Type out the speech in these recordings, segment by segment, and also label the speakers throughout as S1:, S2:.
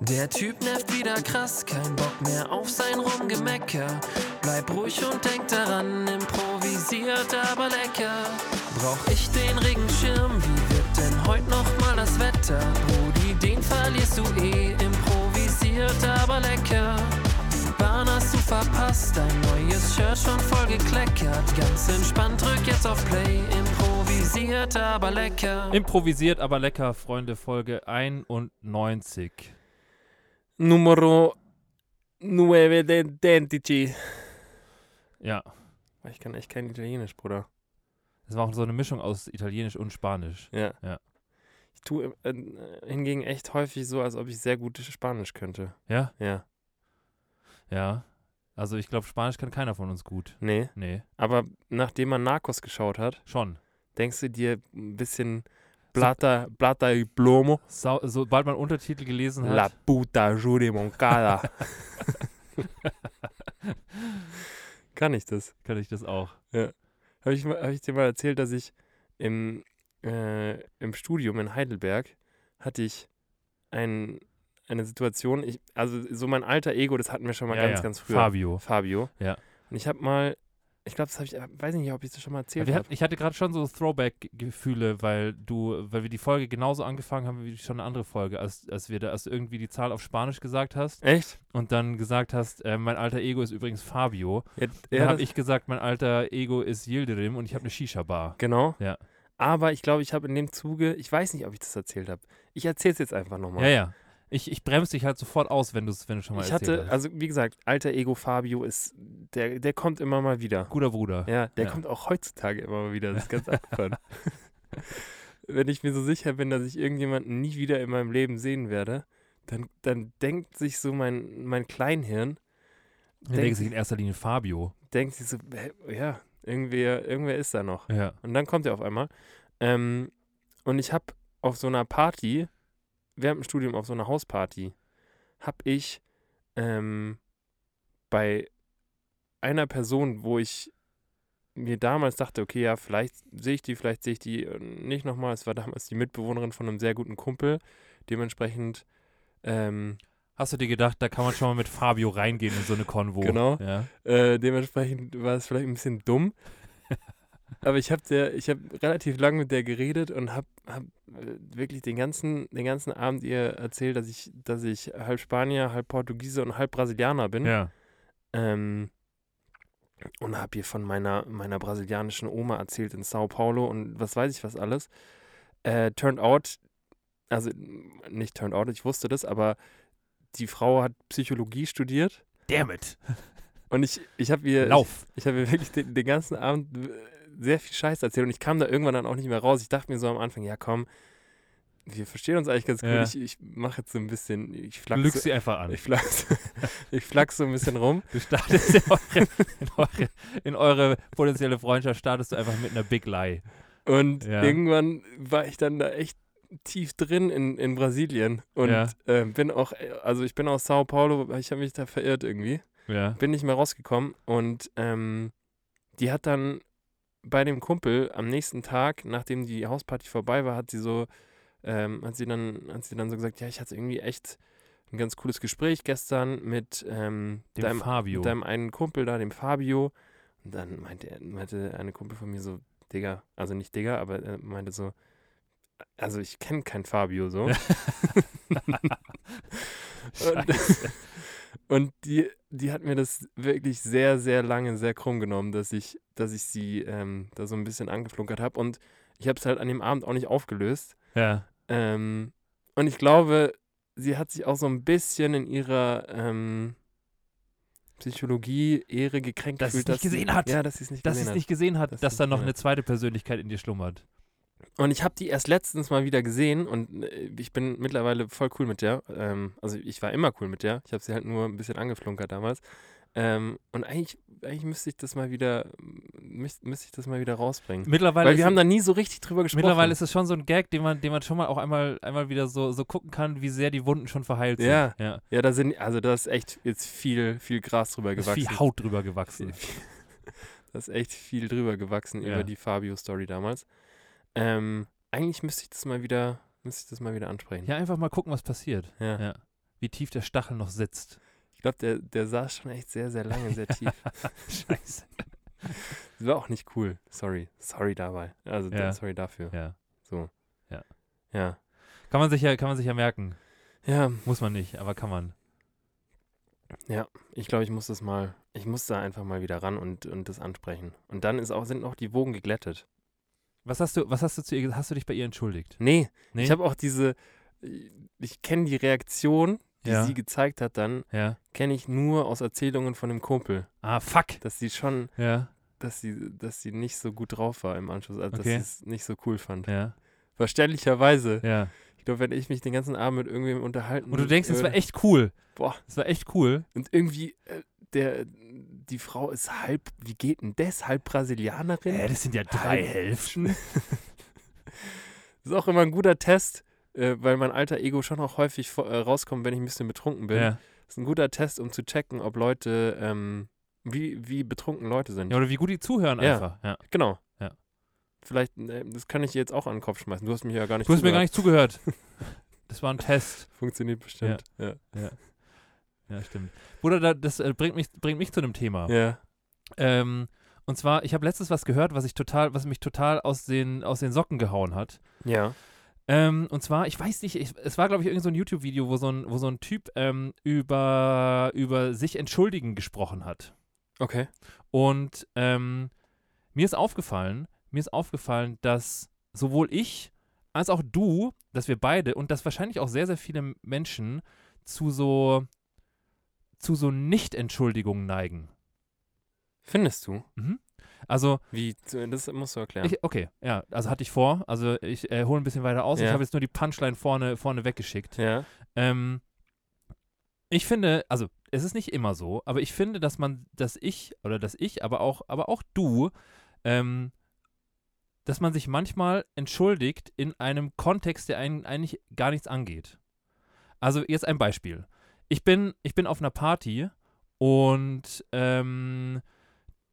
S1: Der Typ nervt wieder krass, kein Bock mehr auf sein Rumgemecker. Bleib ruhig und denk daran, improvisiert aber lecker. Brauch ich den Regenschirm, wie wird denn heute nochmal das Wetter? Brudi, den verlierst du eh, improvisiert aber lecker. Die Bahn hast du verpasst, dein neues Shirt schon voll gekleckert. Ganz entspannt, drück jetzt auf Play, improvisiert aber lecker.
S2: Improvisiert, aber lecker, Freunde, Folge 91.
S3: Numero 9 d'identici.
S2: Ja,
S3: Ich kann echt kein Italienisch, Bruder.
S2: das war auch so eine Mischung aus Italienisch und Spanisch.
S3: Ja.
S2: Ja.
S3: Ich tue äh, äh, hingegen echt häufig so, als ob ich sehr gut Spanisch könnte.
S2: Ja,
S3: Ja.
S2: ja. Also ich glaube, Spanisch kann keiner von uns gut.
S3: Nee.
S2: Nee,
S3: Aber nachdem man Narcos geschaut hat,
S2: schon.
S3: denkst du dir ein bisschen Plata, plata y plomo,
S2: Sau, sobald man Untertitel gelesen
S3: la
S2: hat,
S3: puta Judy Moncada. kann ich das?
S2: kann ich das auch.
S3: Habe ich, mal- hab ich dir mal erzählt, dass ich im, äh, im Studium in Heidelberg hatte ich ein, eine Situation, ich, also so mein alter Ego, das hatten wir schon mal
S2: Ja,
S3: ganz,
S2: ja.
S3: ganz früh.
S2: Fabio.
S3: Fabio.
S2: Ja.
S3: Und ich habe mal, ich glaube, das habe ich, weiß nicht, ob ich das schon mal
S2: Ja,
S3: erzählt
S2: Wir
S3: habe.
S2: hatten, ich hatte gerade schon so Throwback-Gefühle, weil du, weil wir die Folge genauso angefangen haben wie schon eine andere Folge, als, als wir da, als du irgendwie die Zahl auf Spanisch gesagt hast
S3: Echt?
S2: und dann gesagt hast, äh, mein alter Ego ist übrigens Fabio.
S3: Ja,
S2: dann
S3: ja,
S2: habe
S3: das,
S2: ich gesagt, mein alter Ego ist Yildirim und ich ne habe eine Shisha-Bar.
S3: genau.
S2: Ja.
S3: Aber ich glaube, ich habe in dem Zuge, ich weiß nicht, ob ich das erzählt habe. Ich erzähle es jetzt einfach nochmal.
S2: Ja, ja. Ich, ich bremse dich halt sofort aus, wenn du es wenn du schon mal
S3: ich
S2: erzählt
S3: hatte,
S2: hast.
S3: also wie gesagt, alter Ego Fabio ist, der, der kommt immer mal wieder.
S2: Guter Bruder.
S3: Ja, der
S2: Ja.
S3: kommt auch heutzutage immer mal wieder. Das ist ganz abgefahren. Wenn ich mir so sicher bin, dass ich irgendjemanden nie wieder in meinem Leben sehen werde, dann, dann denkt sich so mein, mein Kleinhirn,
S2: Der denkt sich in erster Linie Fabio.
S3: denkt sich so, hä, ja, irgendwer, irgendwer ist da noch.
S2: Ja.
S3: Und dann kommt er auf einmal. Ähm, und ich habe auf so einer Party, während dem Studium auf so einer Hausparty, habe ich ähm, bei einer Person, wo ich mir damals dachte, okay, ja, vielleicht sehe ich die, vielleicht sehe ich die äh, nicht nochmal. Es war damals die Mitbewohnerin von einem sehr guten Kumpel. Dementsprechend, ähm,
S2: Hast du dir gedacht, da kann man schon mal mit Fabio reingehen in so eine Konvo?
S3: Genau.
S2: Ja.
S3: äh, dementsprechend war es vielleicht ein bisschen dumm. Aber ich habe der, ich habe relativ lang mit der geredet und habe hab äh, wirklich den ganzen, den ganzen Abend ihr erzählt, dass ich, dass ich halb Spanier, halb Portugiese und halb Brasilianer bin.
S2: ja.
S3: Ähm, und habe ihr von meiner, meiner brasilianischen Oma erzählt in Sao Paulo und was weiß ich was alles. Äh, turned out, also m, nicht turned out, ich wusste das, aber die Frau hat Psychologie studiert
S2: Damn it.
S3: und ich, ich habe ihr,
S2: Lauf.
S3: ich habe ihr wirklich den, den ganzen Abend äh, sehr viel Scheiß erzählt und ich kam da irgendwann dann auch nicht mehr raus. Ich dachte mir so am Anfang, ja komm, wir verstehen uns eigentlich ganz gut.
S2: Ja.
S3: Ich, ich mache jetzt so ein bisschen, ich
S2: Du lügst
S3: flachse,
S2: sie einfach an.
S3: ich flachse, ich flachse so ein bisschen rum.
S2: Du startest in eure, in, eure, in eure potenzielle Freundschaft startest du einfach mit einer Big Lie.
S3: Und
S2: Ja.
S3: irgendwann war ich dann da echt tief drin in, in Brasilien und
S2: Ja.
S3: äh, bin auch, also ich bin aus Sao Paulo, ich habe mich da verirrt irgendwie.
S2: Ja.
S3: bin nicht mehr rausgekommen und ähm, die hat dann bei dem Kumpel am nächsten Tag, nachdem die Hausparty vorbei war, hat sie so, ähm, hat sie dann, hat sie dann so gesagt, ja, ich hatte irgendwie echt ein ganz cooles Gespräch gestern mit ähm,
S2: Dem
S3: deinem,
S2: Fabio.
S3: mit deinem einen Kumpel da, dem Fabio. Und dann meinte, er- meinte eine Kumpel von mir so, Digga, also nicht Digga, aber äh, meinte so, also ich kenne keinen Fabio so. Und, und die, die hat mir das wirklich sehr, sehr lange sehr krumm genommen, dass ich, dass ich sie ähm, da so ein bisschen angeflunkert habe. Und ich habe es halt an dem Abend auch nicht aufgelöst.
S2: ja.
S3: Ähm, und ich glaube, sie hat sich auch so ein bisschen in ihrer ähm, Psychologie, Ehre gekränkt
S2: Dass
S3: gefühlt.
S2: sie es nicht
S3: sie-
S2: gesehen hat.
S3: Ja, dass sie es nicht
S2: Dass sie
S3: gesehen
S2: es
S3: hat.
S2: nicht gesehen hat,
S3: Dass
S2: dass,
S3: sie es
S2: da
S3: nicht
S2: noch
S3: gesehen
S2: eine zweite Persönlichkeit in dir schlummert.
S3: Und ich habe die erst letztens mal wieder gesehen und äh, ich bin mittlerweile voll cool mit der. Ähm, also ich war immer cool mit der. Ich habe sie halt nur ein bisschen angeflunkert damals. Ähm, und eigentlich, eigentlich müsste ich das mal wieder, müß- müsste ich das mal wieder rausbringen.
S2: Mittlerweile
S3: Weil
S2: ist-
S3: wir haben da nie so richtig drüber gesprochen.
S2: Mittlerweile ist es schon so ein Gag, den man, den man schon mal auch einmal, einmal wieder so, so gucken kann, wie sehr die Wunden schon verheilt sind.
S3: Ja.
S2: ja.
S3: ja, da sind, also da ist echt jetzt viel, viel Gras drüber
S2: Ist
S3: gewachsen.
S2: viel Haut drüber gewachsen.
S3: Da ist echt viel drüber gewachsen
S2: Ja.
S3: über die Fabio-Story damals. Ähm, eigentlich müsste ich das mal wieder, müsste ich das mal wieder ansprechen.
S2: Ja, einfach mal gucken, was passiert.
S3: Ja.
S2: Ja. wie tief der Stachel noch sitzt.
S3: Ich glaube, der, der saß schon echt sehr, sehr lange, sehr tief.
S2: Scheiße.
S3: Das war auch nicht cool. Sorry. Sorry dabei. Also
S2: Ja.
S3: da- sorry dafür.
S2: Ja.
S3: So.
S2: Ja.
S3: Ja.
S2: Kann man sich ja, kann man sich ja merken.
S3: Ja,
S2: Muss man nicht, aber kann man.
S3: ich glaube, ich muss das mal, ich muss da einfach mal wieder ran und, und das ansprechen. Und dann ist auch, sind auch die Wogen geglättet.
S2: Was hast du, was hast du zu ihr gesagt? Hast du dich bei ihr entschuldigt?
S3: Nee,
S2: Nee?
S3: ich habe auch diese, äh, ich kenne die Reaktion, die
S2: ja.
S3: sie gezeigt hat dann,
S2: ja.
S3: kenne ich nur aus Erzählungen von dem Kumpel,
S2: Ah, fuck.
S3: dass sie schon,
S2: Ja,
S3: dass sie, dass sie nicht so gut drauf war im Anschluss, also dass
S2: Okay.
S3: sie es nicht so cool fand.
S2: ja,
S3: Verständlicherweise.
S2: ja.
S3: Ich glaube, wenn ich mich den ganzen Abend mit irgendwem unterhalten
S2: Und du denkst, es war
S3: würde-
S2: echt cool.
S3: Boah.
S2: Es war echt cool.
S3: Und irgendwie, äh, der, die Frau ist halb, wie geht denn das? Halb Brasilianerin?
S2: Äh, das sind ja drei
S3: Halb.
S2: Hälften.
S3: Das ist auch immer ein guter Test, äh, weil mein alter Ego schon auch häufig vor, äh, rauskommt, wenn ich ein bisschen betrunken bin.
S2: Ja.
S3: Das ist ein guter Test, um zu checken, ob Leute, ähm, wie, wie betrunken Leute sind.
S2: ja, oder wie gut die zuhören
S3: Ja.
S2: einfach. Ja.
S3: Genau.
S2: Ja.
S3: Vielleicht, äh, das kann ich dir jetzt auch an den Kopf schmeißen. Du hast mich ja gar nicht
S2: Du hast mir gar
S3: zugehört.
S2: nicht zugehört. Das war ein Test.
S3: Funktioniert bestimmt. Ja.
S2: Ja, stimmt. Bruder, da, das äh, bringt, mich, bringt mich zu einem Thema.
S3: ja.
S2: Ähm, und zwar, ich habe letztens was gehört, was ich total, was mich total aus den, aus den Socken gehauen hat.
S3: Ja.
S2: Ähm, und zwar, ich weiß nicht, ich, es war, glaube ich, irgend so ein YouTube-Video, wo, so ein- wo so ein Typ ähm, über, über sich entschuldigen gesprochen hat.
S3: Okay.
S2: Und ähm, mir ist aufgefallen, mir ist aufgefallen, dass sowohl ich als auch du, dass wir beide und dass wahrscheinlich auch sehr, sehr viele Menschen zu so, zu so Nicht-Entschuldigungen neigen.
S3: Findest du?
S2: Also,
S3: Wie, das musst du erklären.
S2: ich, okay, ja, also hatte ich vor, also ich äh, hole ein bisschen weiter aus, ich
S3: Ja.
S2: habe jetzt nur die Punchline vorne, vorne weggeschickt.
S3: ja.
S2: Ähm, ich finde, also es ist nicht immer so, aber ich finde, dass man, dass ich oder dass ich, aber auch, aber auch du, ähm, dass man sich manchmal entschuldigt in einem Kontext, der einen eigentlich gar nichts angeht. Also jetzt ein Beispiel. Ich bin, ich bin auf einer Party und ähm,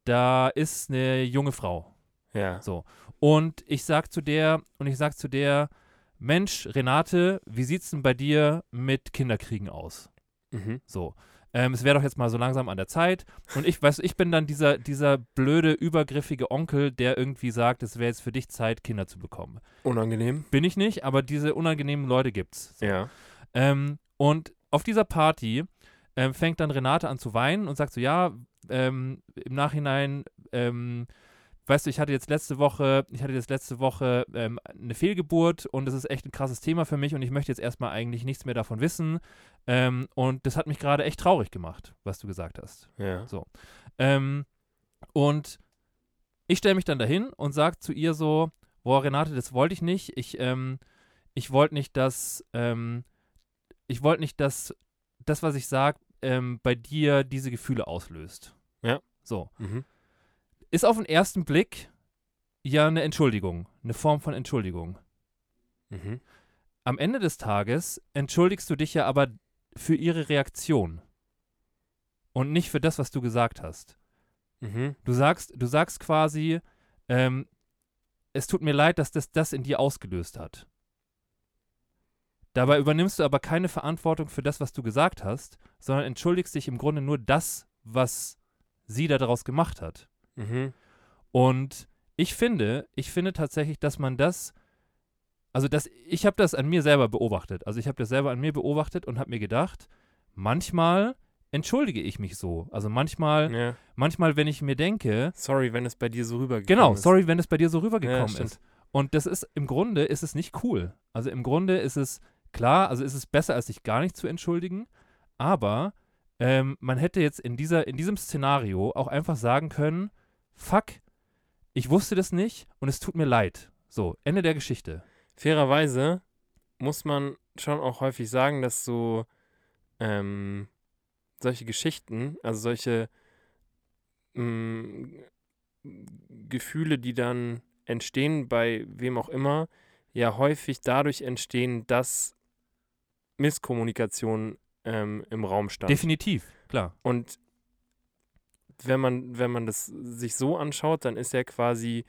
S2: da ist eine junge Frau.
S3: Ja.
S2: So. Und ich sag zu der, und ich sag zu der, Mensch, Renate, wie sieht's denn bei dir mit Kinderkriegen aus?
S3: Mhm.
S2: So. Ähm, es wäre doch jetzt mal so langsam an der Zeit. Und ich, weißt du, ich bin dann dieser, dieser blöde, übergriffige Onkel, der irgendwie sagt, es wäre jetzt für dich Zeit, Kinder zu bekommen.
S3: Unangenehm.
S2: Bin ich nicht, aber diese unangenehmen Leute gibt's.
S3: Ja.
S2: Ähm, und auf dieser Party ähm, fängt dann Renate an zu weinen und sagt so, ja, ähm, im Nachhinein, ähm, weißt du, ich hatte jetzt letzte Woche, ich hatte jetzt letzte Woche ähm, eine Fehlgeburt und das ist echt ein krasses Thema für mich und ich möchte jetzt erstmal eigentlich nichts mehr davon wissen. Ähm, und das hat mich gerade echt traurig gemacht, was du gesagt hast.
S3: Ja.
S2: Ähm, und ich stelle mich dann dahin und sage zu ihr so, boah, Renate, das wollte ich nicht. Ich, ähm, ich wollte nicht, dass, ähm, ich wollte nicht, dass das, was ich sage, ähm, bei dir diese Gefühle auslöst.
S3: Ja.
S2: So.
S3: Mhm.
S2: Ist auf den ersten Blick ja eine Entschuldigung, eine Form von Entschuldigung.
S3: Mhm.
S2: Am Ende des Tages entschuldigst du dich ja aber für ihre Reaktion und nicht für das, was du gesagt hast.
S3: Mhm.
S2: Du sagst, du sagst quasi, ähm, es tut mir leid, dass das das in dir ausgelöst hat. Dabei übernimmst du aber keine Verantwortung für das, was du gesagt hast, sondern entschuldigst dich im Grunde nur das, was sie da daraus gemacht hat.
S3: Mhm.
S2: Und ich finde, ich finde tatsächlich, dass man das, also das, ich habe das an mir selber beobachtet. Also ich habe das selber an mir beobachtet und habe mir gedacht, manchmal entschuldige ich mich so. Also manchmal,
S3: Ja.
S2: manchmal, wenn ich mir denke,
S3: Sorry, wenn es bei dir so rübergekommen
S2: Genau,
S3: ist.
S2: sorry, wenn es bei dir so
S3: Ja,
S2: rübergekommen
S3: stimmt.
S2: ist. Und das ist, im Grunde ist es nicht cool. Also im Grunde ist es klar, also ist es besser, als sich gar nicht zu entschuldigen, aber ähm, man hätte jetzt in, dieser, in diesem Szenario auch einfach sagen können, fuck, ich wusste das nicht und es tut mir leid. So, Ende der Geschichte.
S3: fairerweise muss man schon auch häufig sagen, dass so ähm, solche Geschichten, also solche ähm, Gefühle, die dann entstehen bei wem auch immer, ja häufig dadurch entstehen, dass Misskommunikation ähm, im Raum stand.
S2: Definitiv, klar.
S3: Und wenn man, wenn man das sich so anschaut, dann ist ja quasi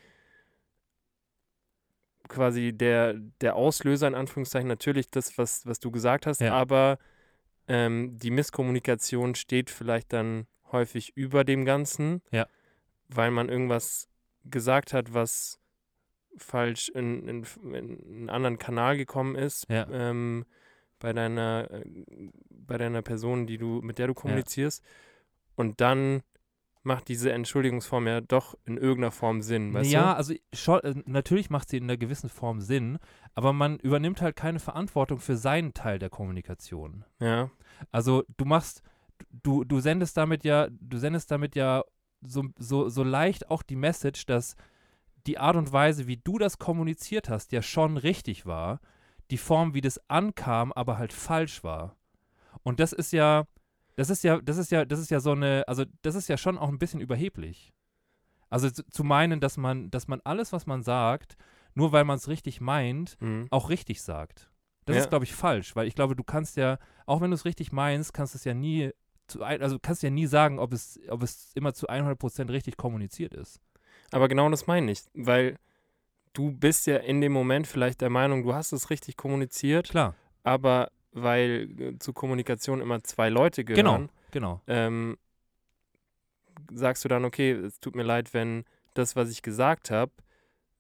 S3: quasi der, der Auslöser in Anführungszeichen natürlich das, was, was du gesagt hast,
S2: Ja.
S3: aber ähm, die Misskommunikation steht vielleicht dann häufig über dem Ganzen,
S2: Ja.
S3: weil man irgendwas gesagt hat, was falsch in, in, in einen anderen Kanal gekommen ist
S2: Ja.
S3: ähm, bei deiner äh, bei deiner Person, die du mit der du kommunizierst und dann macht diese Entschuldigungsform ja doch in irgendeiner Form Sinn, weißt
S2: ja,
S3: du?
S2: also schon, äh, natürlich macht sie in einer gewissen Form Sinn, aber man übernimmt halt keine Verantwortung für seinen Teil der Kommunikation.
S3: Ja,
S2: Also du machst, du, du sendest damit ja, du sendest damit ja so, so, so leicht auch die Message, dass die Art und Weise, wie du das kommuniziert hast, ja schon richtig war, die Form, wie das ankam, aber halt falsch war. Und das ist ja, das ist ja, das ist ja, das ist ja so eine, also das ist ja schon auch ein bisschen überheblich. Also zu, zu meinen, dass man, dass man alles, was man sagt, nur weil man es richtig meint,
S3: mhm.
S2: auch richtig sagt. Das
S3: Ja.
S2: ist, glaube ich, falsch, weil ich glaube, du kannst ja, auch wenn du es richtig meinst, kannst du es ja nie, zu ein, also kannst ja nie sagen, ob es, ob es immer zu 100% richtig kommuniziert ist.
S3: aber genau das meine ich, weil du bist ja in dem Moment vielleicht der Meinung, du hast es richtig kommuniziert,
S2: Klar,
S3: aber weil äh, zu Kommunikation immer zwei Leute gehören,
S2: genau, genau.
S3: ähm, sagst du dann, okay, es tut mir leid, wenn das, was ich gesagt habe,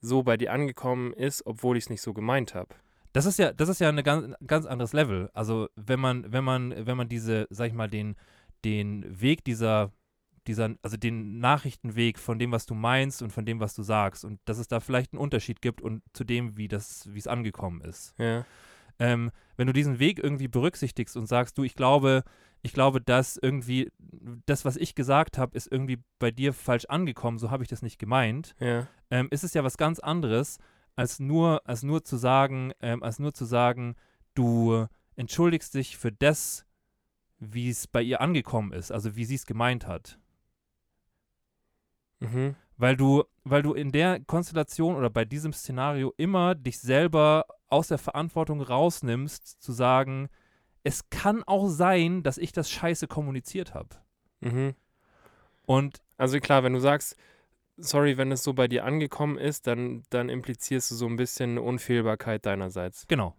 S3: so bei dir angekommen ist, obwohl ich es nicht so gemeint habe.
S2: Das ist ja, das ist ja ein ganz, ganz anderes Level. Also wenn man, wenn man, wenn man diese, sag ich mal, den, den Weg dieser, dieser, also den Nachrichtenweg von dem, was du meinst und von dem, was du sagst und dass es da vielleicht einen Unterschied gibt und zu dem, wie das, wie es angekommen ist.
S3: Ja.
S2: ähm, wenn du diesen Weg irgendwie berücksichtigst und sagst, du, ich glaube, ich glaube, dass irgendwie das, was ich gesagt habe, ist irgendwie bei dir falsch angekommen, so habe ich das nicht gemeint,
S3: Ja.
S2: ähm, ist es ja was ganz anderes, als nur, als nur zu sagen, ähm, als nur zu sagen, du entschuldigst dich für das, wie es bei ihr angekommen ist, also wie sie es gemeint hat.
S3: Mhm.
S2: Weil du, weil du in der Konstellation oder bei diesem Szenario immer dich selber aus der Verantwortung rausnimmst, zu sagen, es kann auch sein, dass ich das scheiße kommuniziert habe.
S3: Mhm.
S2: Und
S3: Also klar, wenn du sagst, sorry, wenn es so bei dir angekommen ist, dann, dann implizierst du so ein bisschen eine Unfehlbarkeit deinerseits.
S2: genau,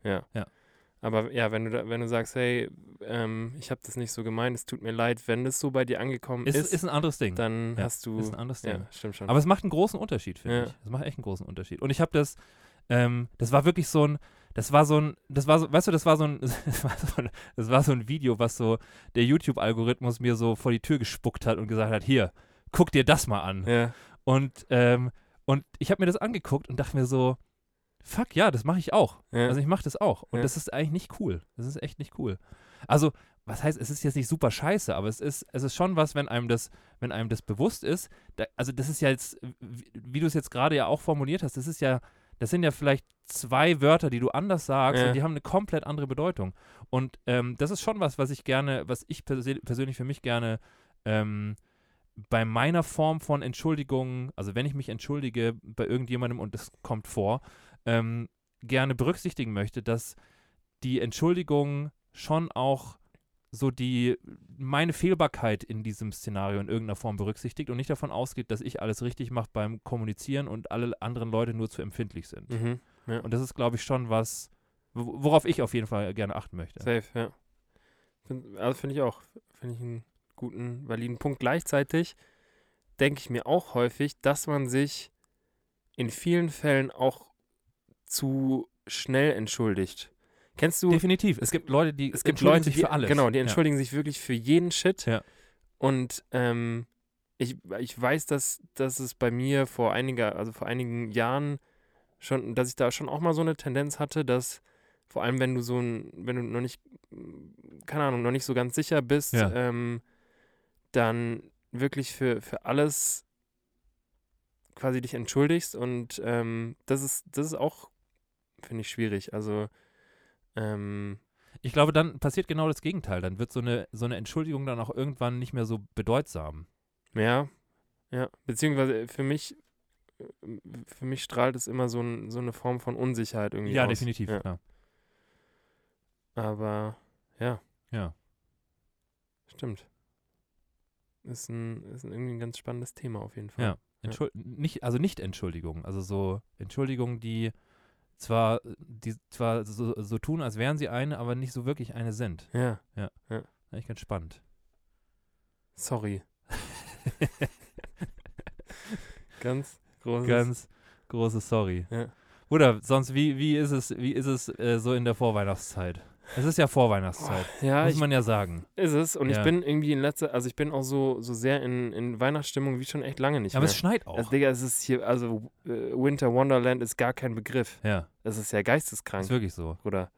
S3: Aber ja, wenn du, da, wenn du sagst, hey, ähm, ich habe das nicht so gemeint, es tut mir leid, wenn das so bei dir angekommen
S2: ist,
S3: ist,
S2: ist, ein anderes Ding.
S3: dann
S2: Ja,
S3: hast du.
S2: ist ein anderes Ding.
S3: ja, stimmt schon.
S2: Aber es macht einen großen Unterschied, finde
S3: Ja.
S2: ich. Es macht echt einen großen Unterschied. Und ich habe das, ähm, das war wirklich so ein, das war so ein, das war so, weißt du, das war so ein, das war so ein, das war so ein Video, was so der YouTube-Algorithmus mir so vor die Tür gespuckt hat und gesagt hat, hier, guck dir das mal an.
S3: ja.
S2: Und, ähm, und ich habe mir das angeguckt und dachte mir so, fuck ja, das mache ich auch.
S3: Ja.
S2: Also ich mache das auch. Und
S3: Ja.
S2: das ist eigentlich nicht cool. Das ist echt nicht cool. Also, was heißt, es ist jetzt nicht super scheiße, aber es ist, es ist schon was, wenn einem das, wenn einem das bewusst ist. Da, also das ist ja jetzt, wie, wie du es jetzt gerade ja auch formuliert hast, das ist ja, das sind ja vielleicht zwei Wörter, die du anders sagst
S3: Ja.
S2: und die haben eine komplett andere Bedeutung. Und ähm, das ist schon was, was ich gerne, was ich perse- persönlich für mich gerne ähm, bei meiner Form von Entschuldigungen, also wenn ich mich entschuldige bei irgendjemandem und das kommt vor, ähm, gerne berücksichtigen möchte, dass die Entschuldigung schon auch so die meine Fehlbarkeit in diesem Szenario in irgendeiner Form berücksichtigt und nicht davon ausgeht, dass ich alles richtig mache beim Kommunizieren und alle anderen Leute nur zu empfindlich sind.
S3: Mhm.
S2: Und das ist, glaube ich, schon was, wo- worauf ich auf jeden Fall gerne achten möchte.
S3: Safe, ja. Find, also finde ich auch. Finde ich einen guten, validen Punkt. Gleichzeitig denke ich mir auch häufig, dass man sich in vielen Fällen auch zu schnell entschuldigt. Kennst du,
S2: Definitiv. Es gibt Leute, die
S3: es gibt
S2: entschuldigen
S3: Leute,
S2: sich
S3: die,
S2: für alles.
S3: genau, die
S2: Ja.
S3: entschuldigen sich wirklich für jeden Shit.
S2: Ja.
S3: Und ähm, ich, ich weiß, dass, dass es bei mir vor einiger, also vor einigen Jahren schon, dass ich da schon auch mal so eine Tendenz hatte, dass vor allem, wenn du so ein, wenn du noch nicht, mm, keine Ahnung, noch nicht so ganz sicher bist,
S2: Ja.
S3: ähm, dann wirklich für, für alles quasi dich entschuldigst und ähm, das ist, das ist auch, finde ich, schwierig. Also, ähm,
S2: Ich glaube, dann passiert genau das Gegenteil. Dann wird so eine, so eine Entschuldigung dann auch irgendwann nicht mehr so bedeutsam.
S3: Ja, ja. Beziehungsweise äh, für mich, äh, für mich strahlt es immer so, ein, so eine Form von Unsicherheit irgendwie
S2: Ja,
S3: aus.
S2: definitiv.
S3: Ja.
S2: klar.
S3: Aber ja.
S2: Ja.
S3: Stimmt. Ist ein, ist ein, irgendwie ein ganz spannendes Thema auf jeden
S2: Ja.
S3: Fall.
S2: Entschuld, Nicht, also nicht Entschuldigung, also so Entschuldigungen, die zwar, die zwar so, so tun, als wären sie eine, aber nicht so wirklich eine sind.
S3: Ja,
S2: Eigentlich ganz spannend.
S3: sorry. Ganz großes.
S2: Ganz große Sorry.
S3: Ja.
S2: Bruder, sonst wie, wie ist es, wie ist es äh, so in der Vorweihnachtszeit? Es ist ja Vorweihnachtszeit,
S3: ja,
S2: muss
S3: ich,
S2: man ja sagen.
S3: ist es. Und
S2: Ja.
S3: ich bin irgendwie in letzter, also ich bin auch so, so sehr in, in Weihnachtsstimmung wie schon echt lange nicht
S2: Aber
S3: mehr.
S2: es schneit auch.
S3: Also, Digga, es ist hier, also äh, Winter Wonderland ist gar kein Begriff.
S2: ja,
S3: Es ist ja
S2: ist
S3: geisteskrank.
S2: wirklich so.
S3: Oder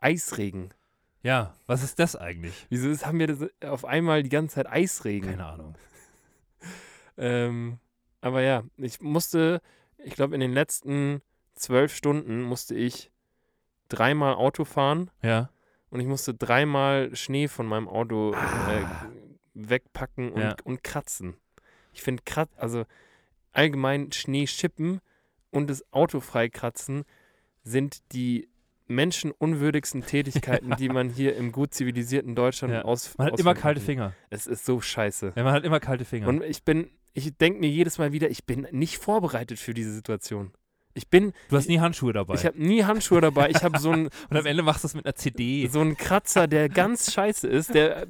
S3: Eisregen.
S2: Ja, was ist das eigentlich?
S3: Wieso ist, haben wir das auf einmal die ganze Zeit Eisregen?
S2: Keine Ahnung.
S3: Ähm, aber ja, ich musste, ich glaube, in den letzten zwölf Stunden musste ich dreimal Auto fahren
S2: Ja,
S3: und ich musste dreimal Schnee von meinem Auto äh, wegpacken und,
S2: Ah. Ja.
S3: und kratzen. Ich finde, krat also allgemein Schnee schippen und das Auto freikratzen sind die menschenunwürdigsten Tätigkeiten, die man hier im gut zivilisierten Deutschland
S2: Ja.
S3: aus
S2: man hat immer
S3: ausführen
S2: kalte
S3: kann.
S2: Finger.
S3: Es ist so scheiße.
S2: Ja, man hat immer kalte Finger.
S3: Und ich bin, ich denke mir jedes Mal wieder, ich bin nicht vorbereitet für diese Situation. Ich bin,
S2: du hast nie Handschuhe dabei.
S3: ich habe nie Handschuhe dabei. Ich habe so einen
S2: Und am Ende machst du es mit einer CD.
S3: so einen Kratzer, der ganz scheiße ist, der, äh,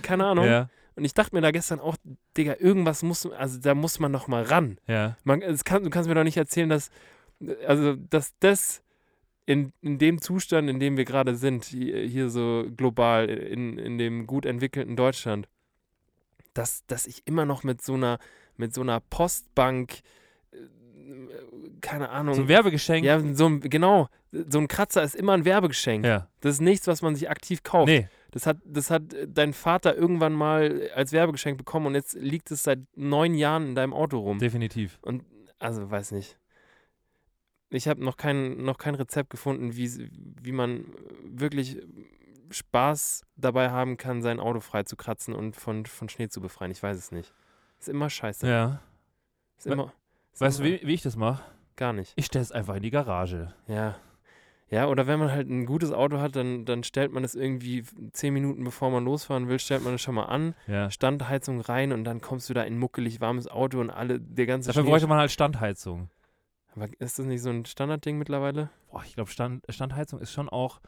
S3: keine Ahnung.
S2: ja,
S3: Und ich dachte mir da gestern auch, Digga, irgendwas muss, also da muss man noch mal ran.
S2: ja.
S3: Man, es kann, du kannst mir doch nicht erzählen, dass, also, dass das in, in dem Zustand, in dem wir gerade sind, hier, hier so global, in, in dem gut entwickelten Deutschland, dass, dass ich immer noch mit so einer, mit so einer Postbank, äh, keine Ahnung,
S2: So ein Werbegeschenk.
S3: ja, so ein, genau, so ein Kratzer ist immer ein Werbegeschenk.
S2: ja.
S3: Das ist nichts, was man sich aktiv kauft.
S2: Nee,
S3: Das hat, das hat äh, dein Vater irgendwann mal als Werbegeschenk bekommen und jetzt liegt es seit neun Jahren in deinem Auto rum.
S2: definitiv.
S3: Und also weiß nicht. Ich habe noch kein, noch kein Rezept gefunden, wie, s- wie man äh, wirklich Spaß dabei haben kann, sein Auto frei zu kratzen und von, von Schnee zu befreien. Ich weiß es nicht. Ist immer scheiße.
S2: Ja.
S3: Ist immer, ist
S2: Weißt du,
S3: immer
S2: wie, wie ich das mache?
S3: Gar nicht.
S2: Ich stelle es einfach in die Garage.
S3: Ja. Ja, oder wenn man halt ein gutes Auto hat, dann, dann stellt man es irgendwie zehn Minuten bevor man losfahren will, stellt man es schon mal an,
S2: Ja.
S3: Standheizung rein und dann kommst du da in muckelig warmes Auto und alle, der ganze
S2: Dafür
S3: Schnee-
S2: bräuchte man halt Standheizung.
S3: Aber ist das nicht so ein Standardding mittlerweile?
S2: Boah, ich glaube, Stand, Standheizung ist schon auch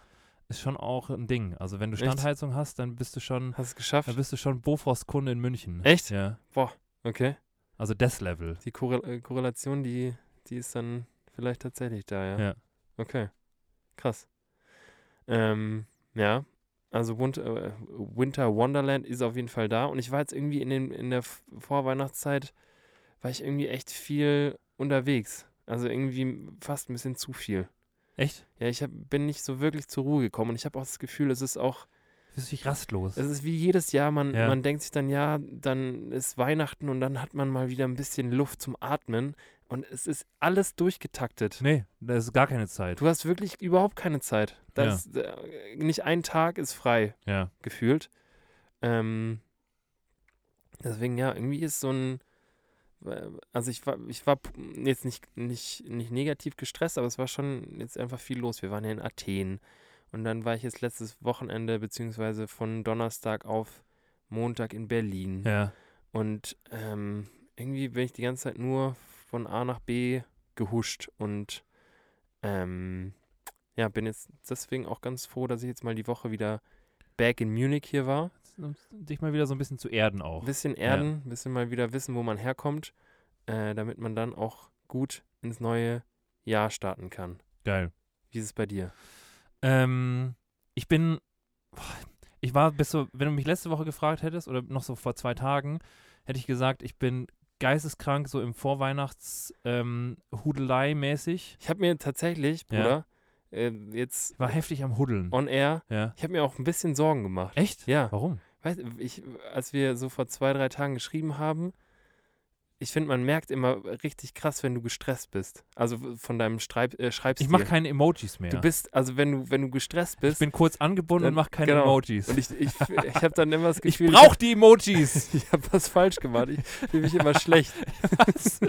S2: ist schon auch ein Ding. Also wenn du
S3: Echt?
S2: Standheizung hast, dann bist du schon,
S3: Hast du es geschafft?
S2: dann bist du schon Bofors-Kunde in München.
S3: Echt?
S2: Ja.
S3: Okay.
S2: Also das Level.
S3: Die Korre äh, Korrelation, die, die ist dann vielleicht tatsächlich da, ja.
S2: Ja.
S3: Okay. Krass. Ähm, ja. Also Wund äh, Winter Wonderland ist auf jeden Fall da. Und ich war jetzt irgendwie in, den, in der F- Vorweihnachtszeit, war ich irgendwie echt viel unterwegs. Also irgendwie fast ein bisschen zu viel.
S2: Echt?
S3: Ja, ich hab, bin nicht so wirklich zur Ruhe gekommen. Und ich habe auch das Gefühl, es ist auch
S2: Bist du dich rastlos?
S3: Es ist wie jedes Jahr, man,
S2: Ja.
S3: man denkt sich dann, ja, dann ist Weihnachten und dann hat man mal wieder ein bisschen Luft zum Atmen und es ist alles durchgetaktet.
S2: Nee, da ist gar keine Zeit.
S3: Du hast wirklich überhaupt keine Zeit. Da
S2: Ja.
S3: ist, äh, nicht ein Tag ist frei,
S2: Ja.
S3: gefühlt. Ähm, deswegen, ja, irgendwie ist so ein, äh, also ich war, ich war p- jetzt nicht, nicht, nicht negativ gestresst, aber es war schon jetzt einfach viel los. Wir waren ja in Athen und dann war ich jetzt letztes Wochenende, beziehungsweise von Donnerstag auf Montag in Berlin.
S2: Ja.
S3: Und ähm, irgendwie bin ich die ganze Zeit nur von A nach B gehuscht und ähm, ja, bin jetzt deswegen auch ganz froh, dass ich jetzt mal die Woche wieder back in Munich hier war.
S2: Um Dich mal wieder so ein bisschen zu erden auch.
S3: bisschen erden, bisschen mal wieder wissen, wo man herkommt, äh, damit man dann auch gut ins neue Jahr starten kann.
S2: Geil.
S3: Wie ist es bei dir?
S2: Ähm, ich bin. Ich war bis so, wenn du mich letzte Woche gefragt hättest oder noch so vor zwei Tagen, hätte ich gesagt, ich bin geisteskrank, so im ähm, Vorweihnachts-Hudelei mäßig.
S3: Ich habe mir tatsächlich,
S2: Ja.
S3: Bruder, äh, jetzt
S2: Ich war heftig am Hudeln.
S3: on air,
S2: Ja.
S3: ich habe mir auch ein bisschen Sorgen gemacht.
S2: Echt?
S3: Ja.
S2: Warum?
S3: Weißt du, ich, als wir so vor zwei, drei Tagen geschrieben haben, ich finde, man merkt immer richtig krass, wenn du gestresst bist. Also von deinem Streib, äh, Schreibstil.
S2: Ich mache keine Emojis mehr.
S3: Du bist, also wenn du, wenn du gestresst
S2: ich
S3: bist.
S2: bin kurz angebunden und
S3: Dann-
S2: mache keine
S3: genau.
S2: Emojis.
S3: und ich, ich, ich habe dann immer das
S2: ich
S3: Gefühl,
S2: brauche die Emojis.
S3: ich habe was falsch gemacht. Ich fühle mich immer schlecht.
S2: Was?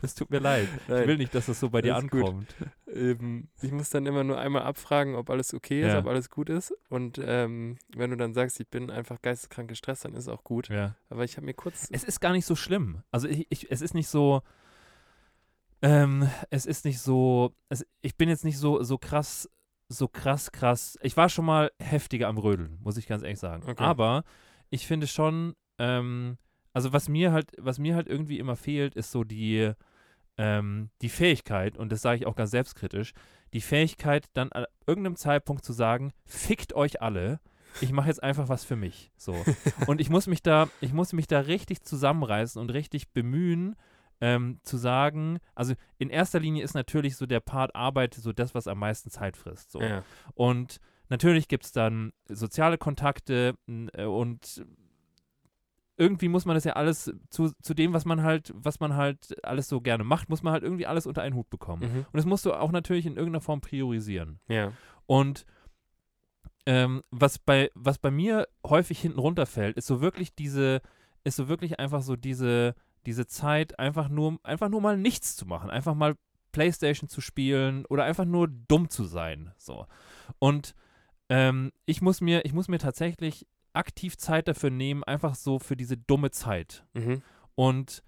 S2: das tut mir leid. Ich will nicht, dass das so bei dir
S3: Alles gut.
S2: ankommt.
S3: Ähm, ich muss dann immer nur einmal abfragen, ob alles okay ist,
S2: Ja.
S3: ob alles gut ist. Und ähm, wenn du dann sagst, ich bin einfach geisteskrank gestresst, dann ist auch gut.
S2: Ja.
S3: Aber ich habe mir kurz.
S2: Es ist gar nicht so schlimm. Also ich, ich, es ist nicht so, Ähm, es ist nicht so, es, ich bin jetzt nicht so, so krass, so krass, krass. Ich war schon mal heftiger am Rödeln, muss ich ganz ehrlich sagen.
S3: Okay.
S2: Aber ich finde schon, ähm, also was mir halt, was mir halt irgendwie immer fehlt, ist so die, ähm, die Fähigkeit, und das sage ich auch ganz selbstkritisch, die Fähigkeit, dann an irgendeinem Zeitpunkt zu sagen, fickt euch alle, ich mache jetzt einfach was für mich. So. Und ich muss mich da, ich muss mich da richtig zusammenreißen und richtig bemühen, ähm, zu sagen, also in erster Linie ist natürlich so der Part Arbeit so das, was am meisten Zeit frisst. So.
S3: Ja.
S2: Und natürlich gibt es dann soziale Kontakte n- äh, und irgendwie muss man das ja alles zu, zu dem, was man halt, was man halt alles so gerne macht, muss man halt irgendwie alles unter einen Hut bekommen.
S3: Mhm.
S2: Und das musst du auch natürlich in irgendeiner Form priorisieren.
S3: Ja.
S2: Und ähm, was, bei, was bei mir häufig hinten runterfällt, ist so wirklich diese, ist so wirklich einfach so diese, diese Zeit, einfach nur, einfach nur mal nichts zu machen, einfach mal Playstation zu spielen oder einfach nur dumm zu sein. So. Und ähm, ich muss mir, ich muss mir tatsächlich aktiv Zeit dafür nehmen, einfach so für diese dumme Zeit.
S3: Mhm.
S2: Und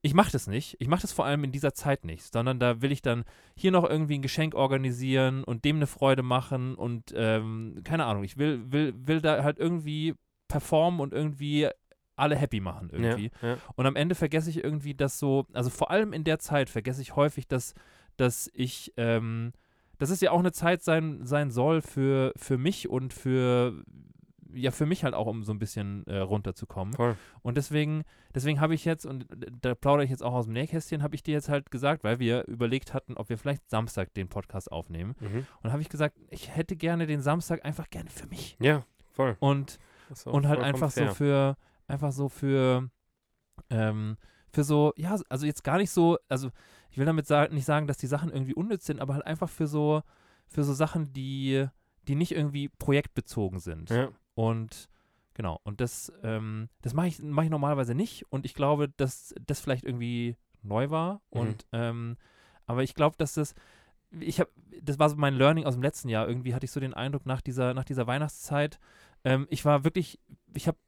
S2: ich mache das nicht. Ich mache das vor allem in dieser Zeit nicht, sondern da will ich dann hier noch irgendwie ein Geschenk organisieren und dem eine Freude machen und ähm, keine Ahnung. Ich will, will, will da halt irgendwie performen und irgendwie alle happy machen
S3: Ja.
S2: irgendwie.
S3: ja.
S2: Und am Ende vergesse ich irgendwie, dass so, also vor allem in der Zeit vergesse ich häufig, dass, dass ich, ähm, dass es ja auch eine Zeit sein, sein soll für, für mich und für, ja, für mich halt auch, um so ein bisschen äh, runterzukommen.
S3: Voll.
S2: Und deswegen, deswegen habe ich jetzt, und da plaudere ich jetzt auch aus dem Nähkästchen, habe ich dir jetzt halt gesagt, weil wir überlegt hatten, ob wir vielleicht Samstag den Podcast aufnehmen.
S3: Mhm.
S2: Und habe ich gesagt, ich hätte gerne den Samstag einfach gerne für mich.
S3: Ja, voll.
S2: Und
S3: Ist auch
S2: und halt
S3: vollkommen
S2: einfach so
S3: fair.
S2: für, einfach so für, ähm, für so, ja, also jetzt gar nicht so, also ich will damit sa nicht sagen, dass die Sachen irgendwie unnütz sind, aber halt einfach für so, für so Sachen, die, die nicht irgendwie projektbezogen sind.
S3: Ja.
S2: Und genau, und das, ähm, das mache ich, mach ich normalerweise nicht und ich glaube, dass das vielleicht irgendwie neu war
S3: Mhm.
S2: und, ähm, aber ich glaube, dass das, ich habe, das war so mein Learning aus dem letzten Jahr, irgendwie hatte ich so den Eindruck nach dieser, nach dieser Weihnachtszeit, ähm, ich war wirklich, ich habe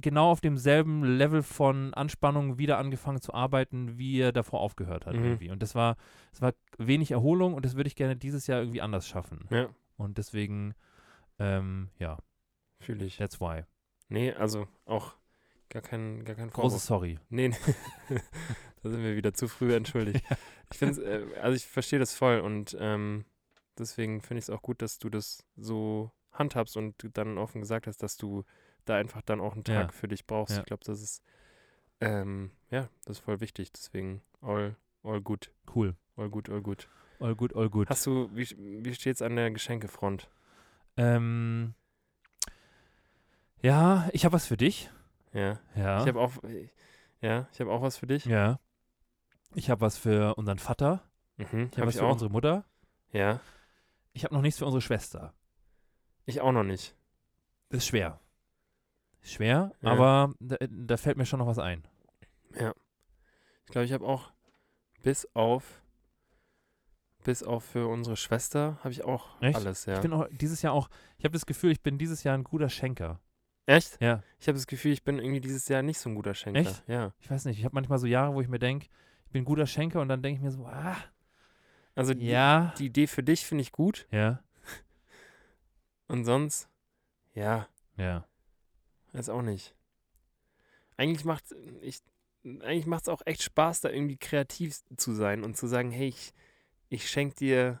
S2: genau auf demselben Level von Anspannung wieder angefangen zu arbeiten, wie er davor aufgehört hat
S3: Mhm.
S2: irgendwie und das war, das war wenig Erholung und das würde ich gerne dieses Jahr irgendwie anders schaffen
S3: Ja,
S2: und deswegen, ähm, ja,
S3: fühle ich.
S2: that's why.
S3: Nee, also auch gar kein, gar kein Vorwurf.
S2: Großes Sorry.
S3: Nee, nee. da sind wir wieder zu früh entschuldigt. Ich finde äh, also ich verstehe das voll und ähm, deswegen finde ich es auch gut, dass du das so handhabst und du dann offen gesagt hast, dass du da einfach dann auch einen
S2: Ja.
S3: Tag für dich brauchst.
S2: Ja.
S3: Ich glaube, das ist, ähm, ja, das ist voll wichtig. Deswegen all, all gut,
S2: Cool.
S3: all gut, all gut.
S2: All gut, all gut.
S3: Hast du, wie, wie steht's an der Geschenkefront?
S2: Ähm, ja, ich habe was für dich.
S3: Ja.
S2: Ja.
S3: Ich habe auch, ja, ich habe auch was für dich.
S2: ja. Ich habe was für unseren Vater.
S3: Mhm,
S2: Ich habe was für unsere Mutter.
S3: Ja,
S2: Ich habe noch nichts für unsere Schwester.
S3: ich auch noch nicht.
S2: Ist schwer. Ist schwer,
S3: Ja.
S2: aber da, da fällt mir schon noch was ein.
S3: Ich glaube, ich habe auch bis auf bis auf für unsere Schwester habe ich auch
S2: Echt?
S3: alles, ja.
S2: Ich bin auch dieses Jahr auch, ich habe das Gefühl, ich bin dieses Jahr ein guter Schenker.
S3: Echt?
S2: Ja.
S3: Ich habe das Gefühl, ich bin irgendwie dieses Jahr nicht so ein guter Schenker.
S2: Echt?
S3: Ja.
S2: Ich weiß nicht, ich habe manchmal so Jahre, wo ich mir denke, ich bin ein guter Schenker und dann denke ich mir so, ah,
S3: Also die,
S2: ja.
S3: die Idee für dich finde ich gut
S2: Ja,
S3: und sonst ja,
S2: ja.
S3: weiß auch nicht. Eigentlich macht ich eigentlich macht es auch echt Spaß, da irgendwie kreativ zu sein und zu sagen, hey, ich, ich schenke dir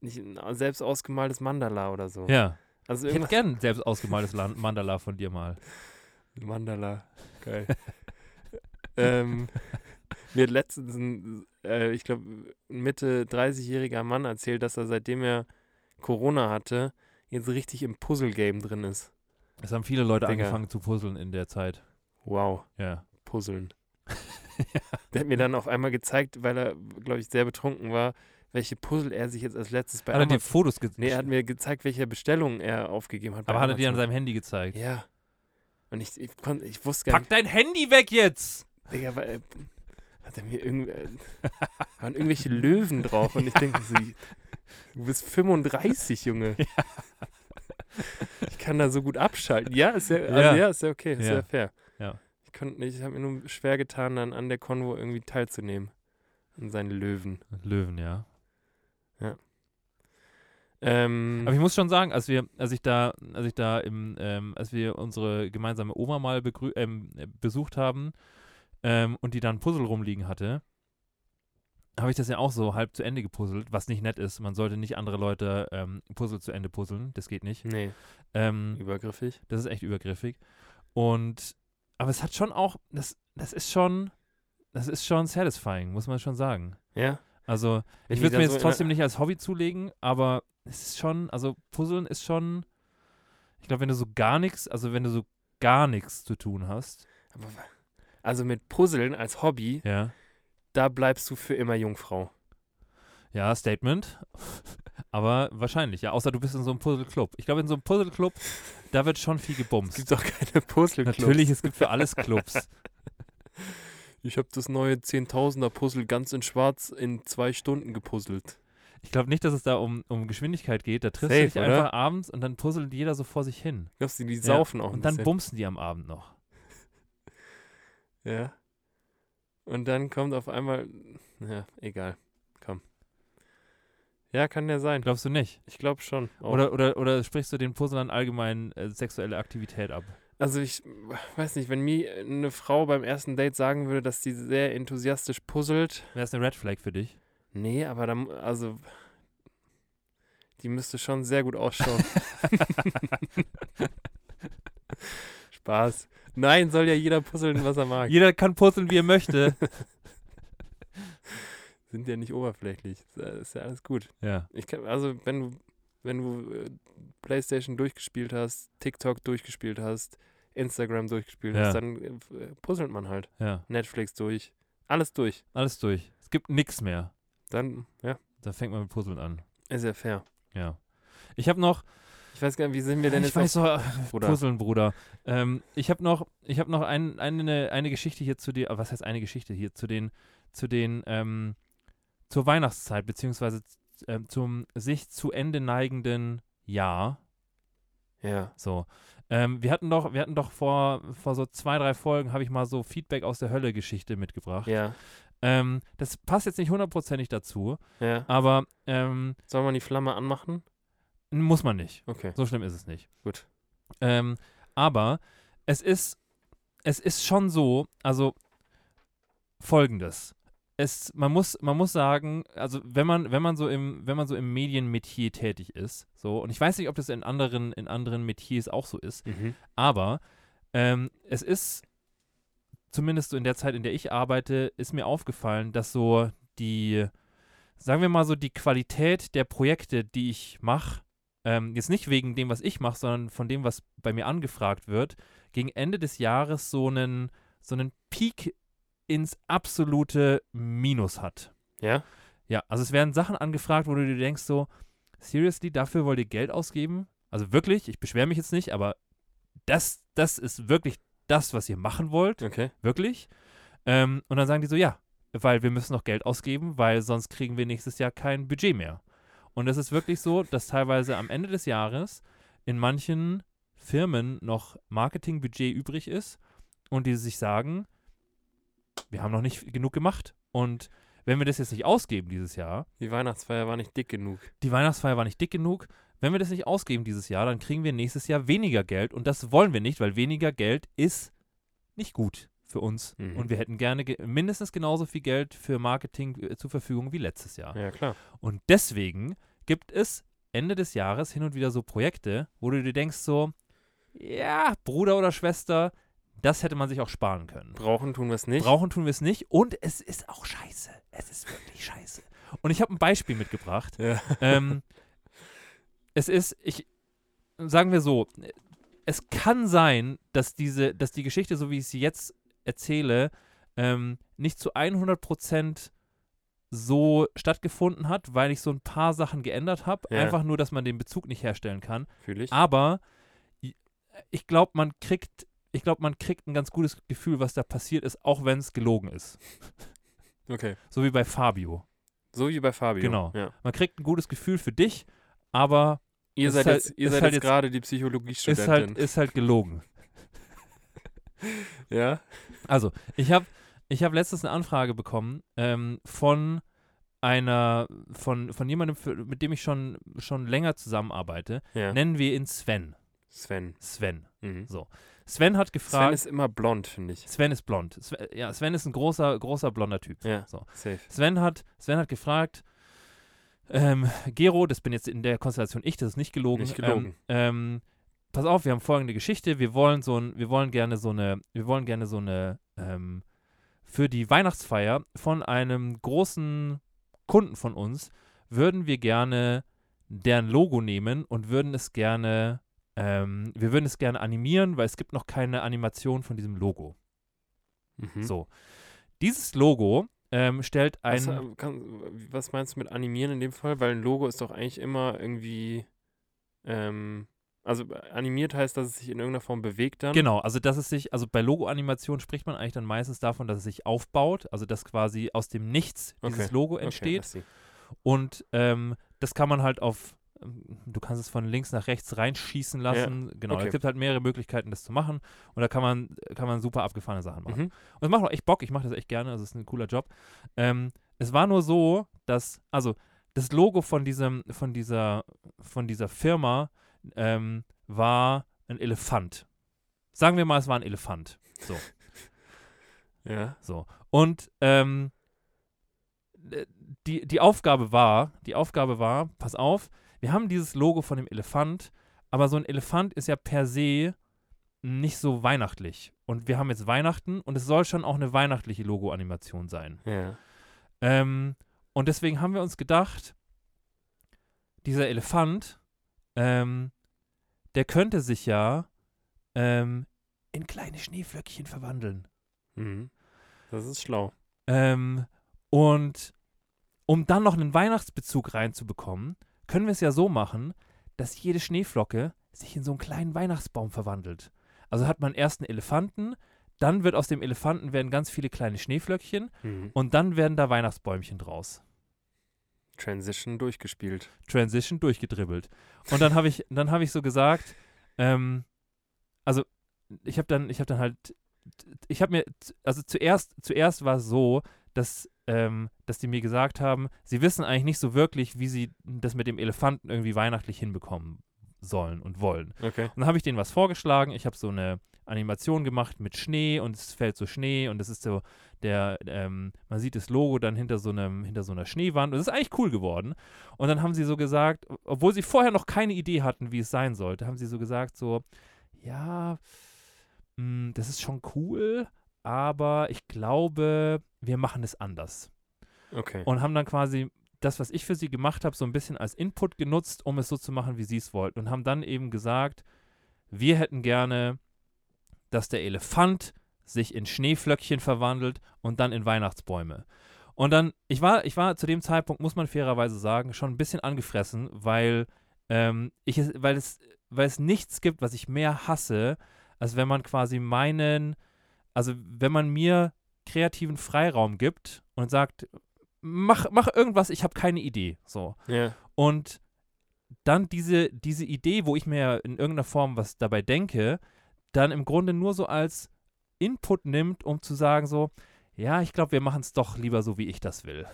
S3: nicht ein selbst ausgemaltes Mandala oder so.
S2: Ja.
S3: Also
S2: Ich hätte
S3: irgendwas
S2: gern ein selbst ausgemaltes Land Mandala von dir mal.
S3: Mandala. Geil. ähm, mir hat letztens ein, äh, ich glaube, Mitte 30-jähriger Mann erzählt, dass er seitdem er Corona hatte, jetzt richtig im Puzzle-Game drin ist.
S2: Es haben viele Leute
S3: Digga.
S2: angefangen zu puzzeln in der Zeit.
S3: Wow,
S2: Ja.
S3: Puzzeln. Der hat mir dann auf einmal gezeigt, weil er, glaube ich, sehr betrunken war, welche Puzzle er sich jetzt als letztes bei
S2: Hat er dir
S3: Amazon...
S2: Fotos gezeigt?
S3: Nee, er hat mir gezeigt, welche Bestellungen er aufgegeben hat. bei
S2: Aber hat er dir an
S3: Amazon.
S2: seinem Handy gezeigt?
S3: Ja. Und ich, ich, kon- ich wusste gar nicht.
S2: Pack dein Handy weg jetzt!
S3: Digga, war, äh, hat er mir irgend, äh, waren irgendwelche Löwen drauf und ich denke so, du bist 35, Junge. Ich kann da so gut abschalten. Ja, ist ja,
S2: Ja.
S3: also ja, ist ja okay, ist ja,
S2: Ja.
S3: fair.
S2: Ja.
S3: Ich konnte nicht, ich habe mir nur schwer getan, dann an der Konvo irgendwie teilzunehmen. Und seinen Löwen.
S2: Löwen, ja.
S3: Ähm,
S2: Aber ich muss schon sagen, als wir, als ich da, als ich da im, ähm, als wir unsere gemeinsame Oma mal begrü- ähm, äh, besucht haben ähm, und die dann ein Puzzle rumliegen hatte, habe ich das ja auch so halb zu Ende gepuzzelt, was nicht nett ist. Man sollte nicht andere Leute ähm, Puzzle zu Ende puzzeln, das geht nicht.
S3: nee,
S2: Ähm,
S3: übergriffig.
S2: das ist echt übergriffig. Und, aber es hat schon auch, das, das ist schon, das ist schon satisfying, muss man schon sagen.
S3: Ja.
S2: Also,
S3: Wenn
S2: ich
S3: die
S2: würde
S3: dann
S2: mir jetzt
S3: so äh, in der-
S2: trotzdem nicht als Hobby zulegen, aber es ist schon, also Puzzeln ist schon, ich glaube, wenn du so gar nichts, also wenn du so gar nichts zu tun hast,
S3: Aber wa- Also mit Puzzeln als Hobby,
S2: ja,
S3: da bleibst du für immer Jungfrau.
S2: ja, Statement, aber wahrscheinlich, ja, außer du bist in so einem Puzzle-Club. Ich glaube, in so einem Puzzle-Club, da wird schon viel
S3: Es
S2: gebumst.
S3: gibt doch keine Puzzleclubs.
S2: Natürlich, es gibt für alles Clubs.
S3: Ich habe das neue 10.000er-Puzzle ganz in schwarz in zwei Stunden gepuzzelt.
S2: Ich glaube nicht, dass es da um, um Geschwindigkeit geht. Da triffst
S3: Safe,
S2: du dich einfach
S3: oder?
S2: abends und dann puzzelt jeder so vor sich hin.
S3: Glaubst du, die saufen auch ein
S2: Und dann
S3: bisschen?
S2: bumsen die am Abend noch.
S3: Ja. Und dann kommt auf einmal. Ja, egal. Komm. Ja, kann ja sein.
S2: Glaubst du nicht?
S3: Ich glaube schon. auch.
S2: Oder, oder, oder sprichst du den Puzzlern allgemein äh, sexuelle Aktivität ab?
S3: also ich weiß nicht, wenn mir eine Frau beim ersten Date sagen würde, dass sie sehr enthusiastisch puzzelt.
S2: Wäre es eine Red Flag für dich?
S3: Nee, aber dann, also. Die müsste schon sehr gut ausschauen. Spaß. Nein, soll ja jeder puzzeln, was er mag.
S2: Jeder kann puzzeln, wie er möchte.
S3: Sind ja nicht oberflächlich. Ist ja- Ist ja alles gut.
S2: ja.
S3: Ich kann, also wenn du, wenn du äh, PlayStation durchgespielt hast, TikTok durchgespielt hast, Instagram durchgespielt
S2: Ja.
S3: hast, dann äh, f- äh, puzzelt man halt.
S2: Ja.
S3: Netflix durch, alles durch.
S2: Alles durch. Es gibt nichts mehr.
S3: Dann, ja,
S2: Da fängt man mit Puzzeln an.
S3: ist ja fair.
S2: Ja. Ich habe noch.
S3: Ich weiß gar nicht, wie sind wir denn
S2: Ich
S3: jetzt
S2: weiß oh, doch,
S3: auf, oder?
S2: Puzzeln, Bruder. Ähm, ich habe noch, ich habe noch ein, eine, eine Geschichte hier zu dir, ah, was heißt eine Geschichte hier, zu den, zu den, ähm, zur Weihnachtszeit, beziehungsweise ähm, zum sich zu Ende neigenden Jahr.
S3: Ja,
S2: So. Ähm, wir hatten doch, wir hatten doch vor, vor so zwei, drei Folgen, habe ich mal so Feedback aus der Hölle-Geschichte mitgebracht.
S3: ja,
S2: Ähm, das passt jetzt nicht hundertprozentig dazu,
S3: ja.
S2: aber ähm,
S3: Soll man die Flamme anmachen?
S2: muss man nicht.
S3: Okay,
S2: So schlimm ist es nicht.
S3: gut.
S2: Ähm, aber es ist, es ist schon so, also folgendes. Es, man, muss, man muss sagen, also wenn man, wenn man so im, wenn man so im Medienmetier tätig ist, so, und ich weiß nicht, ob das in anderen, in anderen Metiers auch so ist, aber ähm, es ist, zumindest so in der Zeit, in der ich arbeite, ist mir aufgefallen, dass so die, sagen wir mal so, die Qualität der Projekte, die ich mache, ähm, jetzt nicht wegen dem, was ich mache, sondern von dem, was bei mir angefragt wird, gegen Ende des Jahres so einen, so einen Peak ins absolute Minus hat.
S3: Ja,
S2: Ja, also es werden Sachen angefragt, wo du dir denkst so, seriously, dafür wollt ihr Geld ausgeben? Also wirklich, ich beschwere mich jetzt nicht, aber das, das ist wirklich das, was ihr machen wollt,
S3: okay.
S2: wirklich. Ähm, und dann sagen die so, ja, weil wir müssen noch Geld ausgeben, weil sonst kriegen wir nächstes Jahr kein Budget mehr. Und es ist wirklich so, dass teilweise am Ende des Jahres in manchen Firmen noch Marketingbudget übrig ist und die sich sagen, wir haben noch nicht genug gemacht und wenn wir das jetzt nicht ausgeben dieses Jahr,
S3: Die Weihnachtsfeier war nicht dick genug.
S2: die Weihnachtsfeier war nicht dick genug. Wenn wir das nicht ausgeben dieses Jahr, dann kriegen wir nächstes Jahr weniger Geld und das wollen wir nicht, weil weniger Geld ist nicht gut für uns
S3: Mhm.
S2: und wir hätten gerne ge mindestens genauso viel Geld für Marketing äh, zur Verfügung wie letztes Jahr.
S3: Ja, klar.
S2: Und deswegen gibt es Ende des Jahres hin und wieder so Projekte, wo du dir denkst so, ja, Bruder oder Schwester, das hätte man sich auch sparen können.
S3: Brauchen tun wir es nicht.
S2: Brauchen tun wir es nicht und es ist auch scheiße. Es ist wirklich scheiße. Und ich habe ein Beispiel mitgebracht
S3: ja.
S2: ähm, es ist, ich, sagen wir so, es kann sein, dass diese, dass die Geschichte, so wie ich sie jetzt erzähle, ähm, nicht zu 100% so stattgefunden hat, weil ich so ein paar Sachen geändert habe.
S3: Ja.
S2: Einfach nur, dass man den Bezug nicht herstellen kann.
S3: Fühle ich.
S2: Aber i- ich glaube, man kriegt, ich glaube, man kriegt ein ganz gutes Gefühl, was da passiert ist, auch wenn es gelogen ist.
S3: Okay.
S2: So wie bei Fabio.
S3: So wie bei Fabio.
S2: Genau.
S3: Ja.
S2: Man kriegt ein gutes Gefühl für dich, aber
S3: Ihr
S2: Ist
S3: seid,
S2: halt-
S3: jetzt, ihr
S2: ist
S3: seid
S2: halt
S3: jetzt
S2: jetzt-
S3: gerade die
S2: ist
S3: Psychologiestudentin.
S2: halt, ist halt gelogen.
S3: ja?
S2: Also, ich habe Ich habe letztens eine Anfrage bekommen ähm, von einer, von, von jemandem, für, mit dem ich schon, schon länger zusammenarbeite.
S3: Ja.
S2: Nennen wir ihn Sven.
S3: Sven.
S2: Sven.
S3: Mhm.
S2: Sven hat
S3: Sven
S2: gefragt.
S3: ist immer blond, finde ich.
S2: Sven ist blond. Sven, ja, Sven ist ein großer, großer blonder Typ.
S3: Ja.
S2: So.
S3: Safe.
S2: Sven hat, Sven hat gefragt, ähm, Gero, das bin jetzt in der Konstellation ich, das ist nicht gelogen.
S3: Nicht gelogen.
S2: Ähm, ähm, pass auf, wir haben folgende Geschichte. Wir wollen so ein, wir wollen gerne so eine, wir wollen gerne so eine ähm, für die Weihnachtsfeier von einem großen Kunden von uns würden wir gerne deren Logo nehmen und würden es gerne, ähm, wir würden es gerne animieren, weil es gibt noch keine Animation von diesem Logo.
S3: Mhm.
S2: So. Dieses Logo ähm, stellt ein.
S3: Was, äh, kann, was meinst du mit animieren in dem Fall? Weil ein Logo ist doch eigentlich immer irgendwie. Ähm, also äh, animiert heißt, dass es sich in irgendeiner Form bewegt dann.
S2: Genau, also dass es sich, also bei Logo-Animation spricht man eigentlich dann meistens davon, dass es sich aufbaut, also dass quasi aus dem Nichts dieses
S3: Okay,
S2: Logo
S3: Okay,
S2: entsteht.
S3: I see.
S2: Und ähm, das kann man halt auf, ähm, du kannst es von links nach rechts reinschießen lassen. Genau,
S3: okay.
S2: es gibt halt mehrere Möglichkeiten, das zu machen. Und da kann man, kann man super abgefahrene Sachen machen.
S3: Mhm.
S2: Und es macht auch echt Bock, ich mache das echt gerne, also es ist ein cooler Job. Ähm, es war nur so, dass, also das Logo von diesem, von dieser, von dieser Firma ähm, war ein Elefant. Sagen wir mal, es war ein Elefant. So.
S3: Ja.
S2: So. Und ähm, äh, die, die Aufgabe war, die Aufgabe war, pass auf, wir haben dieses Logo von dem Elefant, aber so ein Elefant ist ja per se nicht so weihnachtlich. Und wir haben jetzt Weihnachten und es soll schon auch eine weihnachtliche Logo-Animation sein.
S3: Ja.
S2: Ähm, und deswegen haben wir uns gedacht, dieser Elefant, ähm, der könnte sich ja ähm, in kleine Schneeflöckchen verwandeln.
S3: Mhm. Das ist schlau.
S2: Ähm, und um dann noch einen Weihnachtsbezug reinzubekommen, können wir es ja so machen, dass jede Schneeflocke sich in so einen kleinen Weihnachtsbaum verwandelt. Also hat man erst einen Elefanten, dann wird aus dem Elefanten werden ganz viele kleine Schneeflöckchen
S3: Mhm.
S2: und dann werden da Weihnachtsbäumchen draus.
S3: Transition durchgespielt.
S2: Transition durchgedribbelt. Und dann habe ich, dann habe ich so gesagt, ähm, also ich habe dann, ich habe dann halt, ich habe mir, also zuerst, zuerst war es so, dass, ähm, dass die mir gesagt haben, sie wissen eigentlich nicht so wirklich, wie sie das mit dem Elefanten irgendwie weihnachtlich hinbekommen sollen und wollen.
S3: Okay.
S2: Und dann habe ich denen was vorgeschlagen. Ich habe so eine Animation gemacht mit Schnee und es fällt so Schnee und es ist so der, ähm, man sieht das Logo dann hinter so einem, hinter so einer Schneewand und es ist eigentlich cool geworden. Und dann haben sie so gesagt, obwohl sie vorher noch keine Idee hatten, wie es sein sollte, haben sie so gesagt, so, ja, mh, das ist schon cool, aber ich glaube, wir machen es anders
S3: Okay.
S2: und haben dann quasi das, was ich für sie gemacht habe, so ein bisschen als Input genutzt, um es so zu machen, wie sie es wollten. Und haben dann eben gesagt, wir hätten gerne, dass der Elefant sich in Schneeflöckchen verwandelt und dann in Weihnachtsbäume. Und dann, ich war, ich war zu dem Zeitpunkt, muss man fairerweise sagen, schon ein bisschen angefressen, weil ähm, ich es, weil es, weil es nichts gibt, was ich mehr hasse, als wenn man quasi meinen, also wenn man mir kreativen Freiraum gibt und sagt, mach, mach irgendwas, ich habe keine Idee. So.
S3: Ja.
S2: Und dann diese, diese Idee, wo ich mir in irgendeiner Form was dabei denke, dann im Grunde nur so als Input nimmt, um zu sagen so, ja, ich glaube, wir machen es doch lieber so, wie ich das will.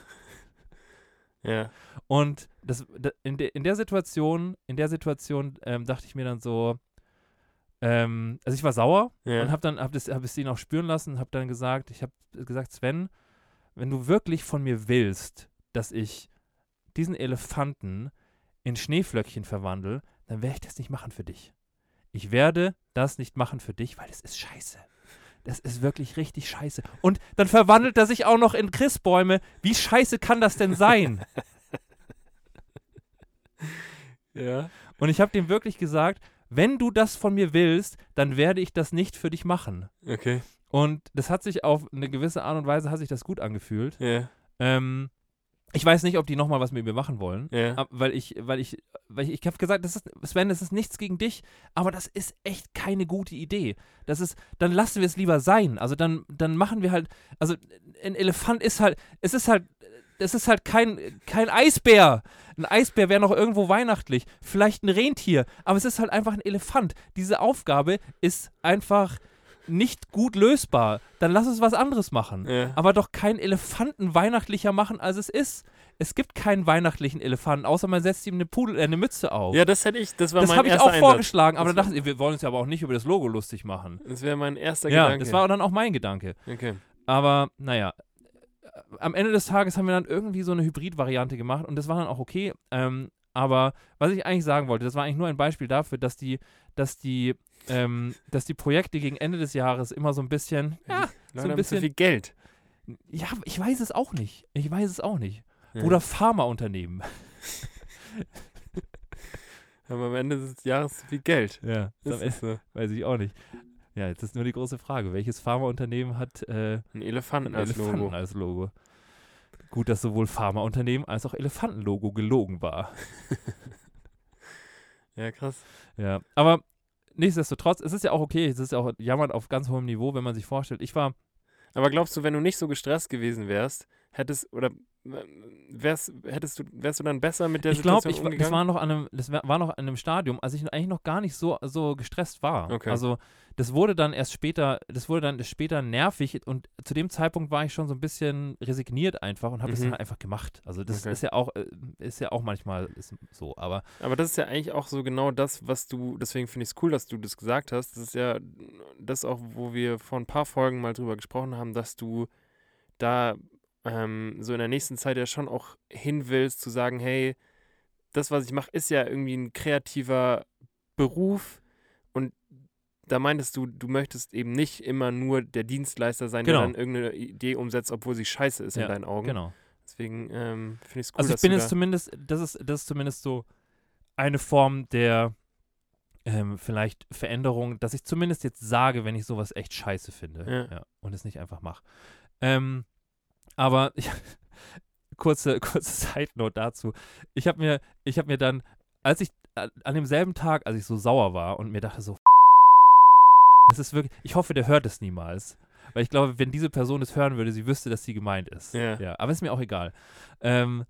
S3: Ja.
S2: Und das, da- in, der in der Situation, in der Situation ähm, dachte ich mir dann so, ähm, also ich war sauer, und
S3: Ja.
S2: habe dann hab das hab es ihnen auch spüren lassen, habe dann gesagt, ich habe gesagt, Sven, wenn du wirklich von mir willst, dass ich diesen Elefanten in Schneeflöckchen verwandle, dann werde ich das nicht machen für dich. Ich werde das nicht machen für dich, weil das ist scheiße. Das ist wirklich richtig scheiße. Und dann verwandelt er sich auch noch in Christbäume. Wie scheiße kann das denn sein?
S3: Ja.
S2: Und ich habe dem wirklich gesagt, wenn du das von mir willst, dann werde ich das nicht für dich machen.
S3: Okay.
S2: Und das hat sich auf eine gewisse Art und Weise hat sich das gut angefühlt.
S3: Ja.
S2: Ähm, ich weiß nicht, ob die nochmal was mit mir machen wollen.
S3: Ja.
S2: Ab- Weil ich, weil ich, weil ich, ich habe gesagt, das ist, Sven, das ist nichts gegen dich, aber das ist echt keine gute Idee. Das ist, dann lassen wir es lieber sein. Also dann, dann machen wir halt, also ein Elefant ist halt, es ist halt, es ist halt kein, kein Eisbär. Ein Eisbär wäre noch irgendwo weihnachtlich, vielleicht ein Rentier, aber es ist halt einfach ein Elefant. Diese Aufgabe ist einfach nicht gut lösbar. Dann lass es was anderes machen.
S3: Ja.
S2: Aber doch keinen Elefanten weihnachtlicher machen, als es ist. Es gibt keinen weihnachtlichen Elefanten, außer man setzt ihm eine, Pudel, äh, eine Mütze auf.
S3: ja, das hätte ich, das war
S2: das
S3: mein
S2: habe ich
S3: erster
S2: auch
S3: Einsatz.
S2: vorgeschlagen, aber
S3: Das
S2: dann dachte ich, wir wollen uns ja aber auch nicht über das Logo lustig machen.
S3: Das wäre mein erster
S2: ja,
S3: Gedanke.
S2: das war dann auch mein Gedanke.
S3: okay.
S2: Aber naja, äh, am Ende des Tages haben wir dann irgendwie so eine Hybrid-Variante gemacht und das war dann auch okay. Ähm, aber was ich eigentlich sagen wollte, das war eigentlich nur ein Beispiel dafür, dass die, dass die, ähm, dass die Projekte gegen Ende des Jahres immer so ein bisschen, ja,
S3: Leute,
S2: ein
S3: haben
S2: bisschen-
S3: zu viel Geld.
S2: ja ich weiß es auch nicht. Ich weiß es auch nicht.
S3: Ja.
S2: Oder Pharmaunternehmen.
S3: Haben am Ende des Jahres zu viel Geld.
S2: Ja,
S3: Das ist so.
S2: weiß ich auch nicht. Ja, jetzt ist nur die große Frage, welches Pharmaunternehmen hat äh,
S3: Ein Elefanten als
S2: Elefanten
S3: Logo.
S2: als Logo. Gut, dass sowohl Pharmaunternehmen als auch Elefantenlogo gelogen war. ne?
S3: Ja, krass.
S2: Ja, aber nichtsdestotrotz, es ist ja auch okay, es ist ja auch jammern auf ganz hohem Niveau, wenn man sich vorstellt. Ich war,
S3: Aber glaubst du, wenn du nicht so gestresst gewesen wärst, hättest oder ähm, wärst, hättest du, wärst du dann besser mit der
S2: ich glaube,
S3: Situation
S2: ich, wa- das
S3: umgegangen?
S2: war noch an einem, das wa- war noch an einem Stadium, als ich eigentlich noch gar nicht so, so gestresst war.
S3: Okay.
S2: Also das wurde dann erst später, das wurde dann später nervig und zu dem Zeitpunkt war ich schon so ein bisschen resigniert einfach und habe es
S3: Mhm.
S2: dann einfach gemacht. Also das
S3: Okay.
S2: ist ja auch, äh, ist ja auch manchmal ist so, aber
S3: Aber das ist ja eigentlich auch so genau das, was du, deswegen finde ich es cool, dass du das gesagt hast. Das ist ja das auch, wo wir vor ein paar Folgen mal drüber gesprochen haben, dass du da ähm, so in der nächsten Zeit ja schon auch hin willst, zu sagen, hey, das, was ich mache, ist ja irgendwie ein kreativer Beruf und da meintest du, du möchtest eben nicht immer nur der Dienstleister sein,
S2: Genau.
S3: der dann irgendeine Idee umsetzt, obwohl sie scheiße ist
S2: Ja,
S3: in deinen Augen.
S2: genau.
S3: Deswegen ähm, finde ich es cool,
S2: Also ich
S3: dass
S2: bin
S3: du
S2: jetzt
S3: da,
S2: zumindest, das ist, das ist zumindest so eine Form der ähm, vielleicht Veränderung, dass ich zumindest jetzt sage, wenn ich sowas echt scheiße finde. Ja. und es nicht einfach mache. Ähm, aber ich, kurze, kurze Side-Note dazu. Ich habe mir, ich habe mir dann, als ich a- an demselben Tag, als ich so sauer war und mir dachte so, das ist wirklich, ich hoffe, der hört es niemals. Weil ich glaube, wenn diese Person es hören würde, sie wüsste, dass sie gemeint ist.
S3: Ja.
S2: ja aber ist mir auch egal. Ähm,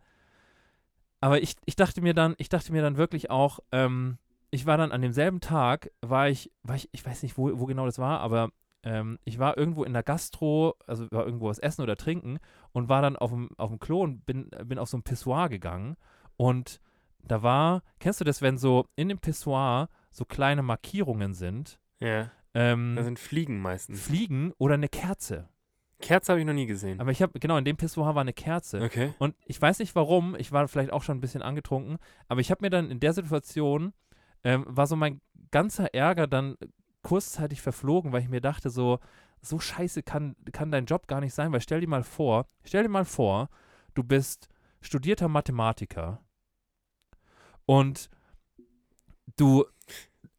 S2: aber ich, ich dachte mir dann, ich dachte mir dann wirklich auch, ähm, ich war dann an demselben Tag, war ich, war ich, ich weiß nicht, wo, wo genau das war, aber ähm, ich war irgendwo in der Gastro, also war irgendwo was essen oder trinken und war dann auf dem, auf dem Klo und bin, bin auf so ein Pissoir gegangen und da war, kennst du das, wenn so in dem Pissoir so kleine Markierungen sind,
S3: ja, da
S2: ähm,
S3: sind Fliegen meistens.
S2: Fliegen oder eine Kerze.
S3: Kerze habe ich noch nie gesehen.
S2: Aber ich habe, genau, in dem Pissoir war eine Kerze.
S3: Okay.
S2: Und ich weiß nicht warum, ich war vielleicht auch schon ein bisschen angetrunken, aber ich habe mir dann in der Situation, ähm, war so mein ganzer Ärger dann kurzzeitig verflogen, weil ich mir dachte, so, so scheiße kann, kann dein Job gar nicht sein, weil stell dir mal vor, stell dir mal vor, du bist studierter Mathematiker und du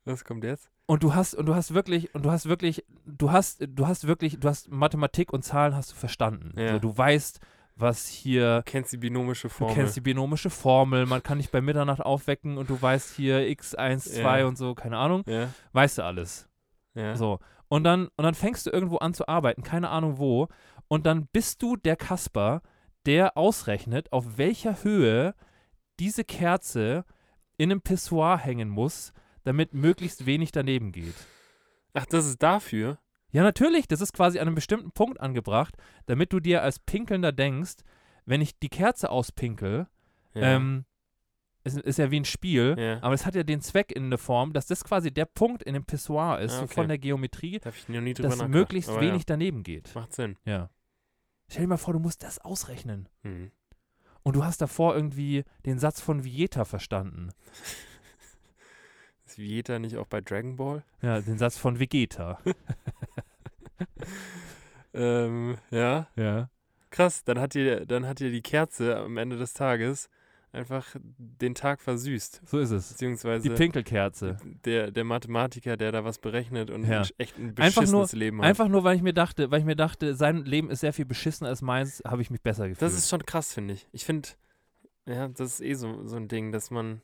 S3: Was kommt jetzt?
S2: und du hast und du hast wirklich und du hast wirklich du hast du hast wirklich du hast Mathematik und Zahlen hast du verstanden.
S3: Ja.
S2: Also du weißt, was hier
S3: Du kennst die binomische
S2: Du
S3: Formel.
S2: kennst die binomische Formel, man kann dich bei Mitternacht aufwecken und du weißt hier x, 1, 2
S3: Ja.
S2: und so, keine Ahnung,
S3: ja,
S2: weißt du alles.
S3: ja.
S2: So. Und dann, und dann fängst du irgendwo an zu arbeiten, keine Ahnung wo, und dann bist du der Kasper, der ausrechnet, auf welcher Höhe diese Kerze in einem Pissoir hängen muss, damit möglichst wenig daneben geht.
S3: Ach, das ist dafür?
S2: Ja, natürlich, das ist quasi an einem bestimmten Punkt angebracht, damit du dir als Pinkelnder denkst, wenn ich die Kerze auspinkel,
S3: Ja.
S2: ähm, es ist ja wie ein Spiel,
S3: Ja.
S2: aber es hat ja den Zweck in der Form, dass das quasi der Punkt in dem Pissoir ist,
S3: Ah,
S2: so
S3: okay.
S2: von der Geometrie,
S3: da habe ich noch nie drüber
S2: dass
S3: nachgedacht.
S2: möglichst
S3: aber
S2: wenig daneben geht.
S3: Ja, macht Sinn.
S2: Ja. Stell dir mal vor, du musst das ausrechnen.
S3: Mhm.
S2: Und du hast davor irgendwie den Satz von Vieta verstanden.
S3: Ist Vieta nicht auch bei Dragon Ball?
S2: Ja, den Satz von Vegeta.
S3: Ähm, ja.
S2: ja.
S3: Krass, dann hat, dir, dann hat dir die Kerze am Ende des Tages einfach den Tag versüßt.
S2: So ist es. Die
S3: Beziehungsweise
S2: Pinkelkerze.
S3: der, der Mathematiker, der da was berechnet und
S2: Ja.
S3: ein- echt ein
S2: Einfach
S3: beschissenes
S2: nur-
S3: Leben hat.
S2: Einfach nur, weil ich mir dachte, weil ich mir dachte, sein Leben ist sehr viel beschissener als meins, habe ich mich besser gefühlt.
S3: Das ist schon krass, finde ich. Ich finde, ja, das ist eh so, so ein Ding, dass man,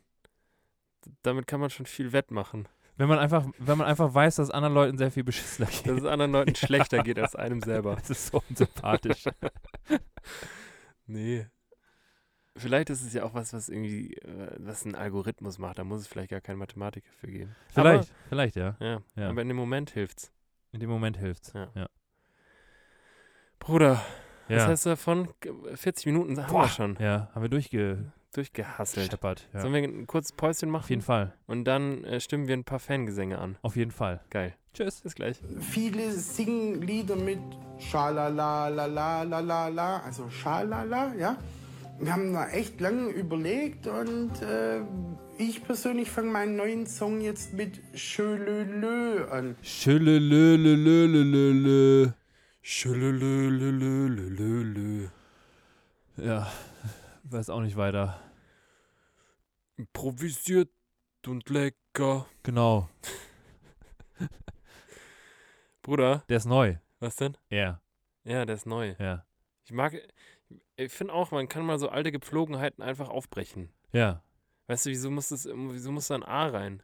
S3: damit kann man schon viel wettmachen.
S2: wenn man einfach, wenn man einfach weiß, dass anderen Leuten sehr viel beschissener geht.
S3: Dass es anderen Leuten schlechter geht als einem selber.
S2: Das ist so unsympathisch.
S3: Nee. Vielleicht ist es ja auch was, was irgendwie, äh, was ein Algorithmus macht. Da muss es vielleicht gar keinen Mathematiker für geben.
S2: vielleicht, vielleicht, ja.
S3: Aber, ja,
S2: Ja.
S3: aber in dem Moment hilft's.
S2: In dem Moment hilft's.
S3: Ja.
S2: Ja.
S3: Bruder, was
S2: Ja.
S3: heißt davon? 40 Minuten haben
S2: Boah.
S3: wir schon
S2: ja, haben wir durchgescheppert.
S3: durchgehasselt.
S2: Ja.
S3: Sollen wir ein kurzes Päuschen machen?
S2: Auf jeden Fall.
S3: Und dann äh, stimmen wir ein paar Fangesänge an.
S2: Auf jeden Fall.
S3: Geil.
S2: Tschüss.
S3: Bis gleich.
S4: Viele singen Lieder mit Schalala, la, la, la, la, la, also Schalala, ja. Wir haben da echt lange überlegt und äh, ich persönlich fange meinen neuen Song jetzt mit Schölölö an.
S2: Schölelölelölelö.
S3: Schölölölölölölö.
S2: Ja, weiß auch nicht weiter.
S3: Improvisiert und lecker.
S2: Genau,
S3: Bruder,
S2: der ist neu.
S3: was denn?
S2: Ja,
S3: Ja, der ist neu.
S2: ja,
S3: Ich mag, ich finde auch, man kann mal so alte Gepflogenheiten einfach aufbrechen.
S2: ja.
S3: Weißt du, wieso muss das, wieso muss da ein A rein?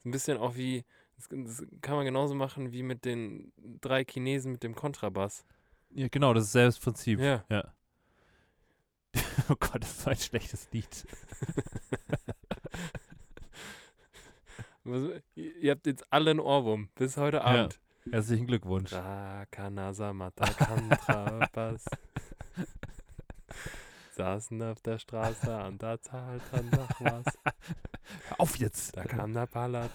S3: Ist Ein bisschen auch wie, das, das kann man genauso machen wie mit den drei Chinesen mit dem Kontrabass.
S2: Ja, genau, das ist selbst Prinzip.
S3: Ja.
S2: ja. Oh Gott, das war ein schlechtes Lied.
S3: Was- Also, Ihr habt jetzt alle einen Ohrwurm. Bis heute Abend.
S2: Herzlichen Glückwunsch.
S3: Rakanazamata Kontrabass. Saßen auf der Straße an der Zahl dran nach was.
S2: Hör Auf jetzt!
S3: Da kam der Ballert.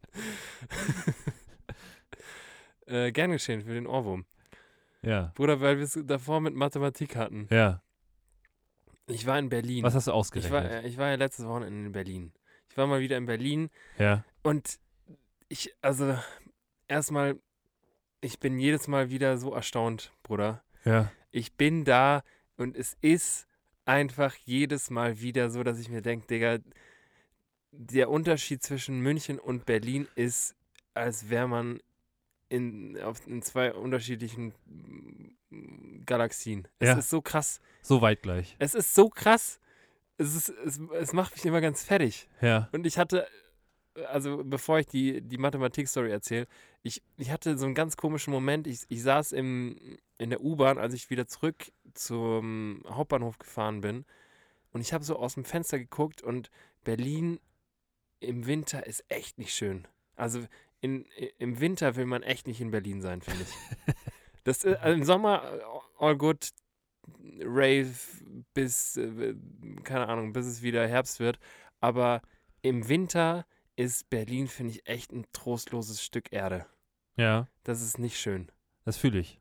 S3: äh, gern geschehen für den Ohrwurm.
S2: Ja,
S3: Bruder, weil wir es davor mit Mathematik hatten.
S2: ja.
S3: Ich war in Berlin.
S2: Was hast du
S3: ich, war,
S2: ausgerechnet?
S3: äh, ich war ja letztes Wochenende in Berlin. Ich war mal wieder in Berlin
S2: ja,
S3: und ich, also, erstmal, ich bin jedes Mal wieder so erstaunt, Bruder.
S2: ja.
S3: Ich bin da und es ist einfach jedes Mal wieder so, dass ich mir denke, Digga, der Unterschied zwischen München und Berlin ist, als wäre man in, auf, in zwei unterschiedlichen mm, Galaxien. Es
S2: Ja.
S3: ist so krass.
S2: So weit gleich.
S3: Es ist so krass. Es, ist, es, es macht mich immer ganz fertig.
S2: Ja,
S3: Und ich hatte, also bevor ich die, die Mathematik-Story erzähle, ich, ich hatte so einen ganz komischen Moment. Ich, ich saß im, in der U-Bahn, als ich wieder zurück zum Hauptbahnhof gefahren bin. Und ich habe so aus dem Fenster geguckt und Berlin im Winter ist echt nicht schön. Also in, im Winter will man echt nicht in Berlin sein, finde ich. Das, ist- also Im Sommer all good, Rave bis, äh, keine Ahnung, bis es wieder Herbst wird. Aber im Winter ist Berlin, finde ich, echt ein trostloses Stück Erde.
S2: ja.
S3: Das ist nicht schön.
S2: Das fühle ich.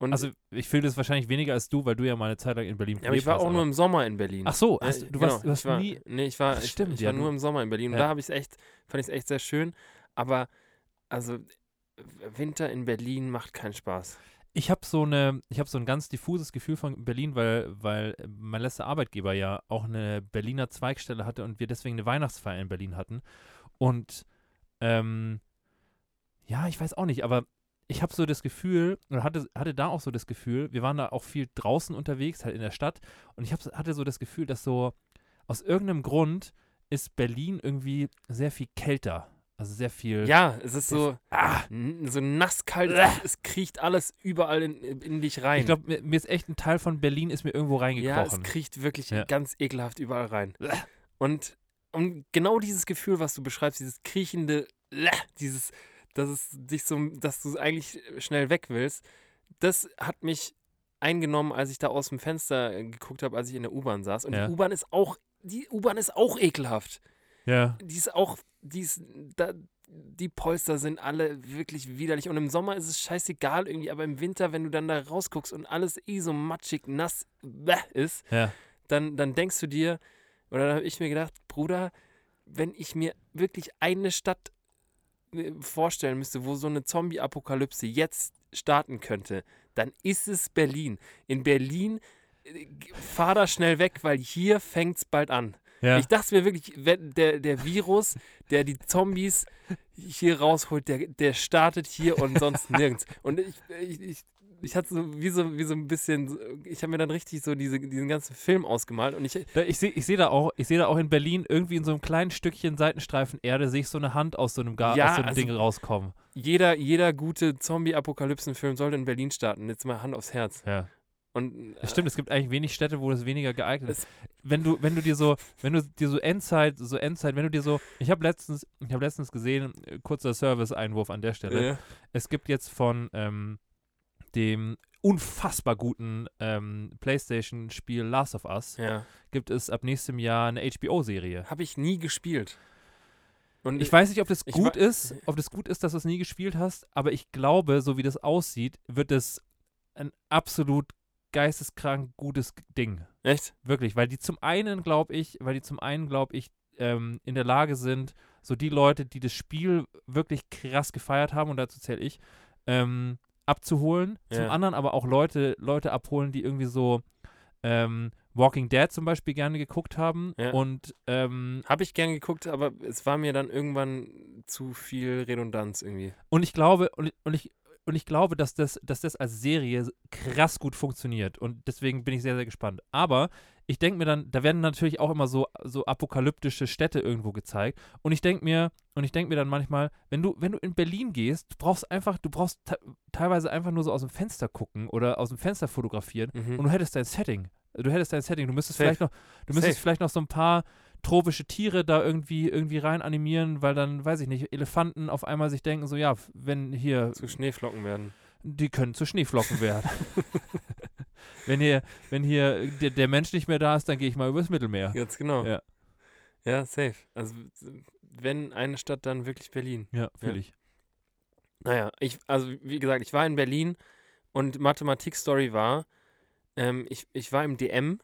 S3: Und
S2: Also, ich fühle das wahrscheinlich weniger als du, weil du ja mal eine Zeit lang in Berlin
S3: aber ich
S2: gelebt
S3: war
S2: hast,
S3: auch nur im Sommer in Berlin.
S2: Ach so, hast,
S3: Ja,
S2: du, du warst, du
S3: genau,
S2: hast
S3: ich war,
S2: nie.
S3: Nee, ich war,
S2: Ach,
S3: ich,
S2: stimmt,
S3: ich
S2: ja,
S3: war nur
S2: du-
S3: im Sommer in Berlin. Und
S2: ja.
S3: da habe ich echt, fand ich es echt sehr schön. Aber also Winter in Berlin macht keinen Spaß.
S2: Ich habe so eine, ich habe so ein ganz diffuses Gefühl von Berlin, weil, weil mein letzter Arbeitgeber ja auch eine Berliner Zweigstelle hatte und wir deswegen eine Weihnachtsfeier in Berlin hatten. Und ähm, ja, ich weiß auch nicht, aber ich habe so das Gefühl, oder hatte, hatte da auch so das Gefühl, wir waren da auch viel draußen unterwegs, halt in der Stadt, und ich hab, so- hatte so das Gefühl, dass so aus irgendeinem Grund ist Berlin irgendwie sehr viel kälter. Also sehr viel.
S3: Ja, es ist so,
S2: Ah,
S3: n- so nasskalt, es, es kriecht alles überall in, in dich rein.
S2: ich glaube, mir, mir ist echt ein Teil von Berlin ist mir irgendwo
S3: ja, es
S2: reingekrochen.
S3: kriecht wirklich
S2: Ja.
S3: ganz ekelhaft überall rein. Und, und genau dieses Gefühl, was du beschreibst, dieses kriechende, dieses, dass es dich so, dass du eigentlich schnell weg willst, das hat mich eingenommen, als ich da aus dem Fenster äh, geguckt habe, als ich in der U-Bahn saß. Und
S2: Ja.
S3: die U-Bahn ist auch, die U-Bahn ist auch ekelhaft.
S2: ja.
S3: Die ist auch, die ist, da, die Polster sind alle wirklich widerlich. Und im Sommer ist es scheißegal irgendwie, aber im Winter, wenn du dann da rausguckst und alles eh so matschig, nass bäh, ist,
S2: Ja.
S3: dann, dann denkst du dir, oder dann habe ich mir gedacht, Bruder, wenn ich mir wirklich eine Stadt äh, vorstellen müsste, wo so eine Zombie-Apokalypse jetzt starten könnte, dann ist es Berlin. In Berlin äh, g- fahr da schnell weg, weil hier fängt es bald an.
S2: Ja.
S3: Ich dachte mir wirklich, wenn der, der Virus, der die Zombies hier rausholt, der, der startet hier und sonst nirgends. Und ich, ich, ich, ich hatte so wie, so wie so ein bisschen, so- ich habe mir dann richtig so diese, diesen ganzen Film ausgemalt und ich,
S2: Da, ich sehe ich seh da, auch- ich seh da auch in Berlin irgendwie in so einem kleinen Stückchen Seitenstreifen Erde, sehe ich so eine Hand aus so einem, Gar
S3: Ja,
S2: aus so einem
S3: also-
S2: Ding rauskommen.
S3: jeder, jeder gute Zombie-Apokalypsen-Film sollte in Berlin starten. Jetzt mal Hand aufs Herz.
S2: Ja.
S3: Und äh,
S2: Stimmt, es gibt eigentlich wenig Städte, wo das weniger geeignet ist. wenn du, wenn du dir so, wenn du dir so Endzeit, so Endzeit, wenn du dir so, ich habe letztens, ich habe letztens gesehen, äh, kurzer Service-Einwurf an der Stelle.
S3: Ja.
S2: Es gibt jetzt von ähm, dem unfassbar guten ähm, PlayStation-Spiel Last of Us
S3: äh, ja.
S2: gibt es ab nächstem Jahr eine HBO-Serie.
S3: Habe ich nie gespielt. Und
S2: Ich weiß nicht, ob das
S3: Ich
S2: gut
S3: wa-
S2: ist, ob das gut ist, dass du es nie gespielt hast, aber ich glaube, so wie das aussieht, wird es ein absolut geisteskrank gutes Ding.
S3: Echt?
S2: Wirklich, weil die zum einen, glaube ich, weil die zum einen, glaube ich, ähm, in der Lage sind, so die Leute, die das Spiel wirklich krass gefeiert haben, und dazu zähle ich, ähm, abzuholen. Zum
S3: Ja.
S2: anderen aber auch Leute, Leute abholen, die irgendwie so ähm, Walking Dead zum Beispiel gerne geguckt haben
S3: Ja.
S2: und ähm,
S3: Habe ich gern geguckt, aber es war mir dann irgendwann zu viel Redundanz irgendwie.
S2: Und ich glaube, und, und ich, und ich glaube, dass das, dass das als Serie krass gut funktioniert. Und deswegen bin ich sehr, sehr gespannt. Aber ich denke mir dann, da werden natürlich auch immer so, so apokalyptische Städte irgendwo gezeigt. Und ich denke mir, und ich denke mir dann manchmal, wenn du, wenn du in Berlin gehst, du brauchst einfach, du brauchst te- teilweise einfach nur so aus dem Fenster gucken oder aus dem Fenster fotografieren
S3: Mhm.
S2: und du hättest dein Setting. Du hättest dein Setting. Du müsstest
S3: Safe.
S2: vielleicht noch, du müsstest
S3: Safe.
S2: vielleicht noch so ein paar tropische Tiere da irgendwie irgendwie rein animieren, weil dann weiß ich nicht, Elefanten auf einmal sich denken so ja, f- wenn hier
S3: zu Schneeflocken werden.
S2: die können zu Schneeflocken werden. wenn hier wenn hier der, der Mensch nicht mehr da ist, dann gehe ich mal übers Mittelmeer.
S3: Ganz genau.
S2: Ja.
S3: Ja, safe. Also wenn eine Stadt, dann wirklich Berlin.
S2: Ja, fühle ich.
S3: Naja, ich, also wie gesagt, ich war in Berlin und Mathematik-Story war, ähm, ich, ich war im DM.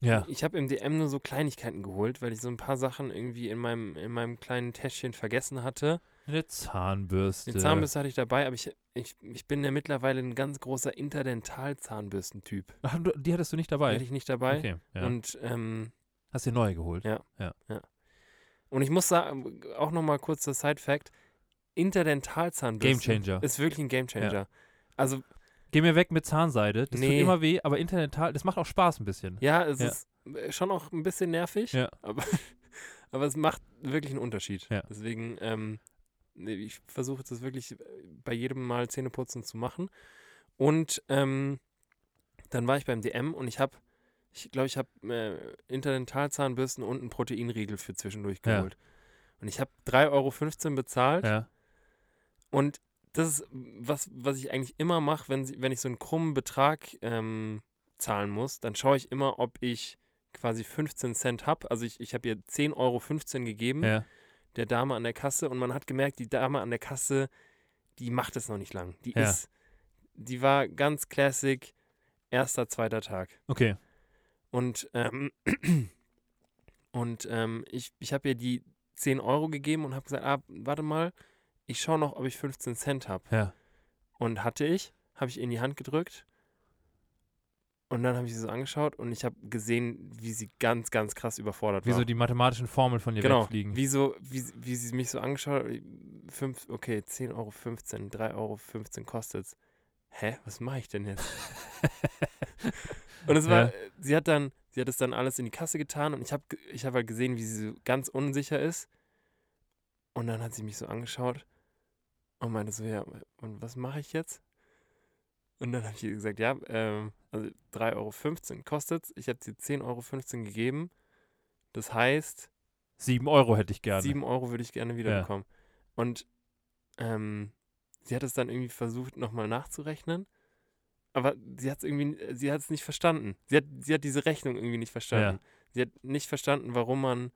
S2: Ja.
S3: Ich habe im DM nur so Kleinigkeiten geholt, weil ich so ein paar Sachen irgendwie in meinem, in meinem kleinen Täschchen vergessen hatte.
S2: Eine Zahnbürste.
S3: Die Zahnbürste hatte ich dabei, aber ich, ich, ich bin ja mittlerweile ein ganz großer Interdental-Zahnbürstentyp.
S2: Ach, du- Die hattest du nicht
S3: Hatte
S2: dabei.
S3: ich nicht dabei.
S2: Okay. Ja.
S3: Und ähm,
S2: Hast dir neue geholt.
S3: Ja. Und ich muss sagen, auch nochmal kurz der Side-Fact: Interdentalzahnbürste
S2: Gamechanger.
S3: ist wirklich ein Gamechanger. Also,
S2: Geh mir weg mit Zahnseide. Das
S3: Nee.
S2: tut immer weh, aber Internetal, das macht auch Spaß ein bisschen.
S3: ja, es
S2: Ja.
S3: ist äh, schon auch ein bisschen nervig,
S2: Ja.
S3: aber, aber es macht wirklich einen Unterschied.
S2: Ja.
S3: Deswegen, ähm, nee, ich versuche das wirklich bei jedem Mal Zähneputzen zu machen. Und ähm, dann war ich beim DM und ich habe, ich glaube, ich habe äh, Interdentalzahnbürsten und einen Proteinriegel für zwischendurch
S2: Ja.
S3: geholt. Und ich habe 3,15 Euro bezahlt.
S2: ja.
S3: Und das ist was, was ich eigentlich immer mache, wenn, sie- wenn ich so einen krummen Betrag ähm, zahlen muss, dann schaue ich immer, ob ich quasi 15 Cent habe. Also ich, ich habe ihr 10,15 Euro gegeben,
S2: Ja.
S3: der Dame an der Kasse. Und man hat gemerkt, die Dame an der Kasse, die macht es noch nicht lang. Die
S2: Ja.
S3: ist, die war ganz classic, erster, zweiter Tag.
S2: Okay.
S3: Und, ähm, und ähm, ich, ich habe ihr die 10 Euro gegeben und habe gesagt, ah, warte mal, ich schaue noch, ob ich 15 Cent habe.
S2: Ja.
S3: Und hatte ich, habe ich ihr in die Hand gedrückt. Und dann habe ich sie so angeschaut und ich habe gesehen, wie sie ganz, ganz krass überfordert
S2: Wie
S3: war.
S2: so die mathematischen Formeln von dir
S3: genau,
S2: wegfliegen.
S3: Wie, so, wie, sie- wie sie mich so angeschaut hat. Fünf, okay, 10,15 Euro, 3,15 Euro kostet's. Hä, was mache ich denn jetzt? Und es war,
S2: Ja.
S3: äh, sie hat dann, sie hat es dann alles in die Kasse getan und ich habe ich hab halt gesehen, wie sie so ganz unsicher ist. Und dann hat sie mich so angeschaut und meinte so, ja, und was mache ich jetzt? Und dann habe ich ihr gesagt, ja, ähm, also 3,15 Euro kostet Ich habe dir 10,15 Euro gegeben. Das heißt,
S2: Sieben Euro hätte ich gerne.
S3: 7 Euro würde ich gerne wieder
S2: Ja.
S3: bekommen. Und ähm, sie hat es dann irgendwie versucht, nochmal nachzurechnen. Aber sie hat es irgendwie, sie hat es nicht verstanden. Sie hat, sie hat diese Rechnung irgendwie nicht verstanden. Sie hat nicht verstanden, warum man,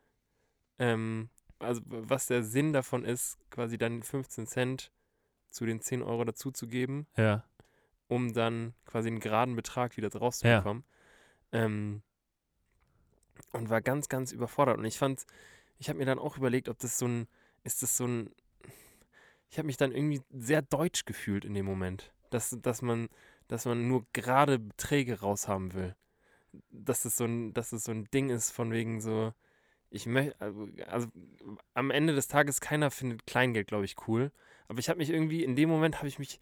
S3: ähm, also w- was der Sinn davon ist, quasi dann 15 Cent zu den 10 Euro dazuzugeben,
S2: Ja.
S3: um dann quasi einen geraden Betrag wieder
S2: Ja.
S3: rauszubekommen. Ähm, und war ganz, ganz überfordert. Und ich fand, ich habe mir dann auch überlegt, ob das so ein, ist das so ein, ich habe mich dann irgendwie sehr deutsch gefühlt in dem Moment, dass, dass man, dass man nur gerade Beträge raushaben will. Dass es so ein, dass es so ein Ding ist von wegen so, ich möchte, also, also am Ende des Tages keiner findet Kleingeld, glaube ich, cool. Aber ich habe mich irgendwie, in dem Moment habe ich mich